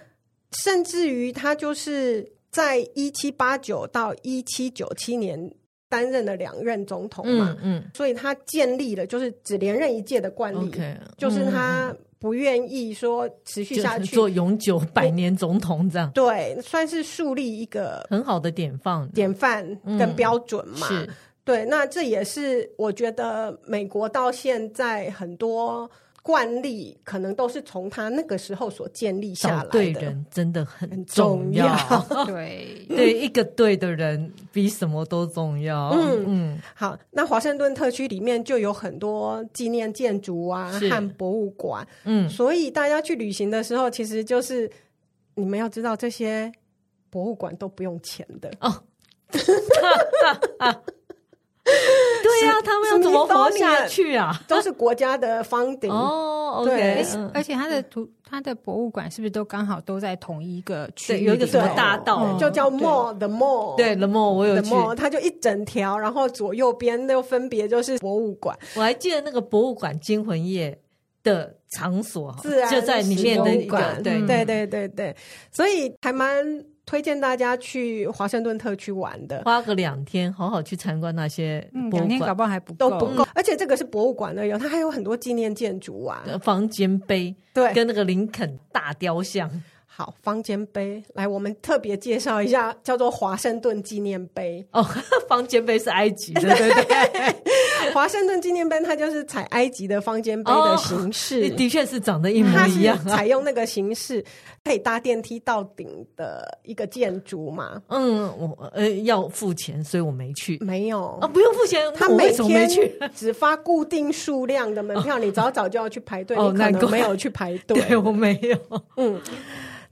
Speaker 1: 甚至于他就是在一七八九到一七九七年担任了两任总统嘛
Speaker 3: 嗯，嗯
Speaker 1: 所以他建立了就是只连任一届的惯例
Speaker 3: ，OK，
Speaker 1: 就是
Speaker 3: 嗯
Speaker 1: 他不愿意说持续
Speaker 3: 就
Speaker 1: 下
Speaker 3: 是
Speaker 1: 去，
Speaker 3: 做永久百年总统这样，
Speaker 1: 对，算是树立一个
Speaker 3: 很好的典范。
Speaker 1: 典范跟
Speaker 3: 嗯
Speaker 1: 标准嘛。
Speaker 3: 是，
Speaker 1: 对，那这也是我觉得美国到现在很多惯例，可能都是从他那个时候所建立下
Speaker 3: 找
Speaker 1: 来
Speaker 3: 对
Speaker 1: 的。
Speaker 3: 人真的很
Speaker 1: 很
Speaker 3: 重
Speaker 1: 重
Speaker 3: 要
Speaker 1: 要，
Speaker 5: 对，
Speaker 1: 嗯
Speaker 3: 对一个对的人比什么都重要。
Speaker 1: 嗯
Speaker 3: 嗯
Speaker 1: 好，那华盛顿特区里面就有很多纪念建筑啊
Speaker 3: 是
Speaker 1: 和博物馆，
Speaker 3: 嗯，
Speaker 1: 所以大家去旅行的时候，其实就是你们要知道这些博物馆都不用钱的。
Speaker 3: 对呀，他们要怎么活下去啊？
Speaker 1: 都是国家的 funding，、
Speaker 3: 哦
Speaker 1: 对
Speaker 3: ，OK，嗯
Speaker 5: 而且它的图，它的博物馆是不是都刚好都在同一个区
Speaker 3: 对
Speaker 5: 域？
Speaker 3: 有一个
Speaker 5: 里
Speaker 3: 什么
Speaker 5: 头
Speaker 3: 大道哦
Speaker 5: 嗯
Speaker 1: 就叫
Speaker 5: 对
Speaker 1: mall 的 mall，
Speaker 3: 对，冷漠我有
Speaker 1: 的
Speaker 3: 去，
Speaker 1: mall，它就一整条，然后左右边又分别就是博物馆，
Speaker 3: 我还记得那个博物馆惊魂夜的场所，
Speaker 1: 自然
Speaker 3: 就在里面的一
Speaker 1: 史
Speaker 3: 个
Speaker 1: 馆
Speaker 3: 对
Speaker 5: 嗯
Speaker 1: 对对对对，所以还蛮推荐大家去华盛顿特区玩的。
Speaker 3: 花个两天，好好去参观那些
Speaker 5: 嗯，
Speaker 3: 博
Speaker 5: 两
Speaker 3: 物
Speaker 5: 天搞
Speaker 3: 馆、
Speaker 5: 不好还不
Speaker 1: 都
Speaker 5: 够，
Speaker 1: 不够，而且这个是博物馆而已哦，它还有很多纪念建筑啊。
Speaker 3: 呃房间碑，
Speaker 1: 对，
Speaker 3: 跟那个林肯大雕像。
Speaker 1: 好，方尖碑，来，我们特别介绍一下，叫做华盛顿纪念 碑。
Speaker 3: 哦，房间碑是埃 及的，对对
Speaker 1: 华盛顿纪念碑它就是采埃及的方尖碑的形式，
Speaker 3: 对，的确哦是长得一模
Speaker 1: 它
Speaker 3: 一
Speaker 1: 是
Speaker 3: 样啊。
Speaker 1: 采用那个形式，可以搭电梯到顶的一个建筑嘛？
Speaker 3: 嗯，我呃要付钱，所以我没去
Speaker 1: 没有
Speaker 3: 啊，，不用付钱，
Speaker 1: 他
Speaker 3: 我
Speaker 1: 每
Speaker 3: 为什么没
Speaker 1: 天
Speaker 3: 去？
Speaker 1: 只发固定数量的门票，你早早就要去排队，
Speaker 3: 哦
Speaker 1: 你可
Speaker 3: 难怪
Speaker 1: 能没有去排队。
Speaker 3: 对我没有，
Speaker 1: 嗯，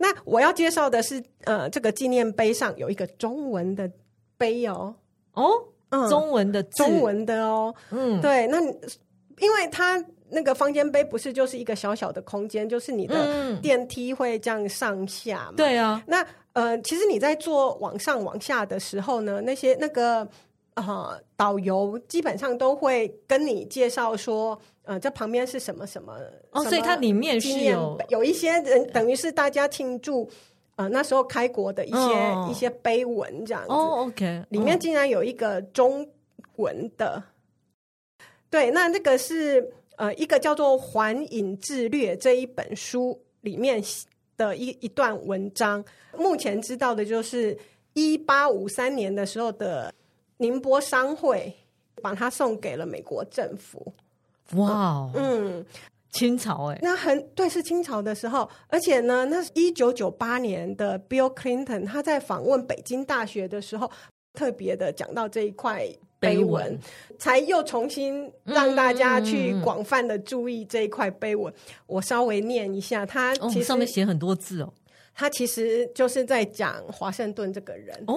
Speaker 1: 那我要介绍的是，呃，这个纪念碑上有一个中文的碑哦，
Speaker 3: 哦，
Speaker 1: 嗯，
Speaker 3: 中文的字
Speaker 1: 中，文的哦，
Speaker 3: 嗯，
Speaker 1: 对，那你因为它那个方尖碑不是就是一个小小的空间，就是你的
Speaker 3: 嗯，
Speaker 1: 电梯会这样上下嘛，
Speaker 3: 对啊，
Speaker 1: 那呃，其实你在做往上往下的时候呢，那些那个呃导游基本上都会跟你介绍说，呃，这旁边是什么什么
Speaker 3: 哦，所以它里面是有
Speaker 1: 有有一些人等于是大家庆祝呃那时候开国的一些、
Speaker 3: 哦
Speaker 1: 一些碑文这样子，
Speaker 3: 哦，OK，
Speaker 1: 里面竟然有一个中文的，对，那这个是呃一个叫做《环影志略》这一本书里面的一一段文章。目前知道的就是，一八五三年的时候的宁波商会把它送给了美国政府。
Speaker 3: 嗯哇哦，
Speaker 1: 嗯，
Speaker 3: 清朝哎，
Speaker 1: 那很对，是清朝的时候，而且呢，那是一九九八年的 Bill Clinton，他在访问北京大学的时候，特别的讲到这一块
Speaker 3: 碑
Speaker 1: 碑
Speaker 3: 文
Speaker 1: 文，才又重新让大家去广泛的注意这一块碑文。我稍微念一下，他
Speaker 3: 嗯哦
Speaker 1: 嗯其，实、
Speaker 3: 上面写很多字哦，
Speaker 1: 他其实就是在讲华盛顿这个人。
Speaker 3: 哦，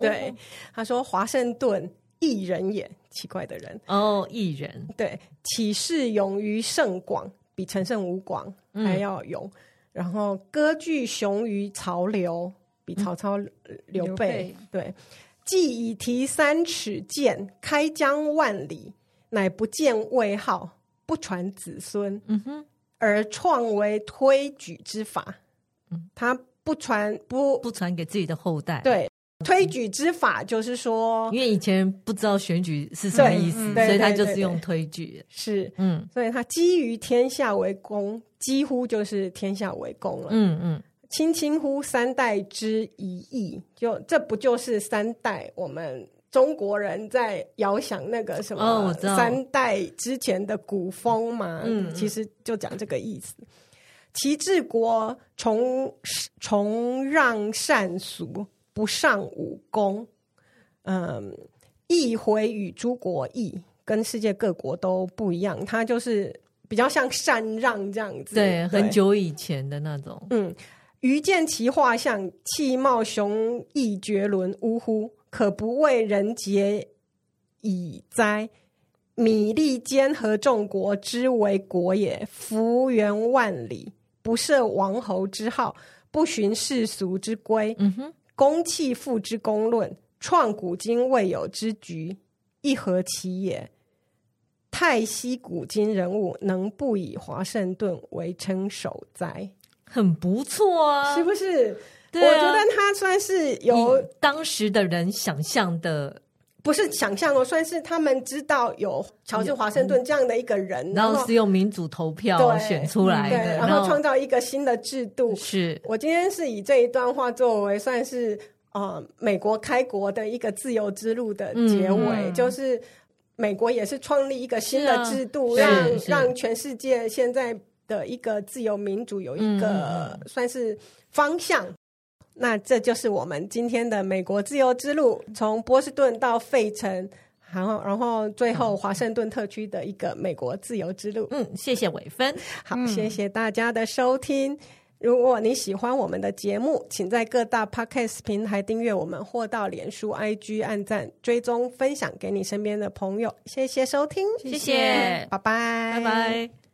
Speaker 1: 对，他说华盛顿一人也，奇怪的人。
Speaker 3: 哦，艺人，
Speaker 1: 对，启示勇于甚广，比陈胜吴广还要勇。然后割据雄于潮流，比曹操、呃刘备
Speaker 5: 刘备
Speaker 1: 对。既已提三尺剑，开疆万里，乃不见魏号，不传子孙，
Speaker 3: 嗯哼，
Speaker 1: 而创为推举之法。他不传不
Speaker 3: 不传给自己的后代，，
Speaker 1: 对推举之法，就是说
Speaker 3: 因为以前不知道选举是什么意思，
Speaker 1: 对嗯对
Speaker 3: 所以他
Speaker 1: 对
Speaker 3: 就
Speaker 1: 对
Speaker 3: 是
Speaker 1: 对
Speaker 3: 用推举，
Speaker 1: 是，
Speaker 3: 嗯
Speaker 1: 所以他基于天下为公，几乎就是天下为公了。
Speaker 3: 嗯嗯，
Speaker 1: 卿卿乎三代之一义，就这不就是三代我们中国人在遥想那个什
Speaker 3: 哦我
Speaker 1: 么
Speaker 3: 知道
Speaker 1: 三代之前的古风嘛？
Speaker 3: 嗯嗯
Speaker 1: 其实就讲这个意思。其治国崇崇让善俗，不尚武功。嗯，议会与诸国议，跟世界各国都不一样，它就是比较像禅让这样子。
Speaker 3: 对，很久以前的那种，
Speaker 1: 嗯，余见其画像，气貌雄毅绝伦，呜呼！可不为人杰以哉？米利坚合众国之为国也，幅员万里，不设王侯之号，不循世俗之规，
Speaker 3: 嗯哼，
Speaker 1: 公器父之公论，创古今未有之局，亦何其也？太息古今人物，能不以华盛顿为称首哉？
Speaker 3: 很不错啊，
Speaker 1: 是不是？
Speaker 3: 对
Speaker 1: 我
Speaker 3: 啊嗯
Speaker 1: 觉得它算是有
Speaker 3: 以当时的人想象的，
Speaker 1: 不是想象哦，算是他们知道有乔治华盛顿这样的一个人，
Speaker 3: 嗯然
Speaker 1: 然
Speaker 3: 后
Speaker 1: 后
Speaker 3: 是用民主投票
Speaker 1: 对嗯
Speaker 3: 选出来
Speaker 1: 对，
Speaker 3: 的，
Speaker 1: 然后创造一个新的制度。
Speaker 3: 是
Speaker 1: 我今天是以这一段话作为算是呃美国开国的一个自由之路的结尾，
Speaker 5: 嗯
Speaker 1: 就是美国也是创立一个新
Speaker 3: 是
Speaker 1: 的
Speaker 3: 啊
Speaker 1: 制度，
Speaker 3: 是
Speaker 1: 让
Speaker 3: 是啊
Speaker 1: 让全世界现在的一个自由民主有一
Speaker 3: 嗯
Speaker 1: 个算是方向。那这就是我们今天的美国自由之路，从波士顿到费城，然后然后最后华盛顿特区的一个美国自由之路。
Speaker 3: 嗯，谢谢伟芬，
Speaker 1: 好，谢谢大家的收听。如果你喜欢我们的节目，请在各大 podcast 平台订阅我们，或到脸书、IG 按赞、追踪、分享给你身边的朋友。谢谢收听，
Speaker 3: 谢谢
Speaker 1: 拜拜，
Speaker 3: 拜拜。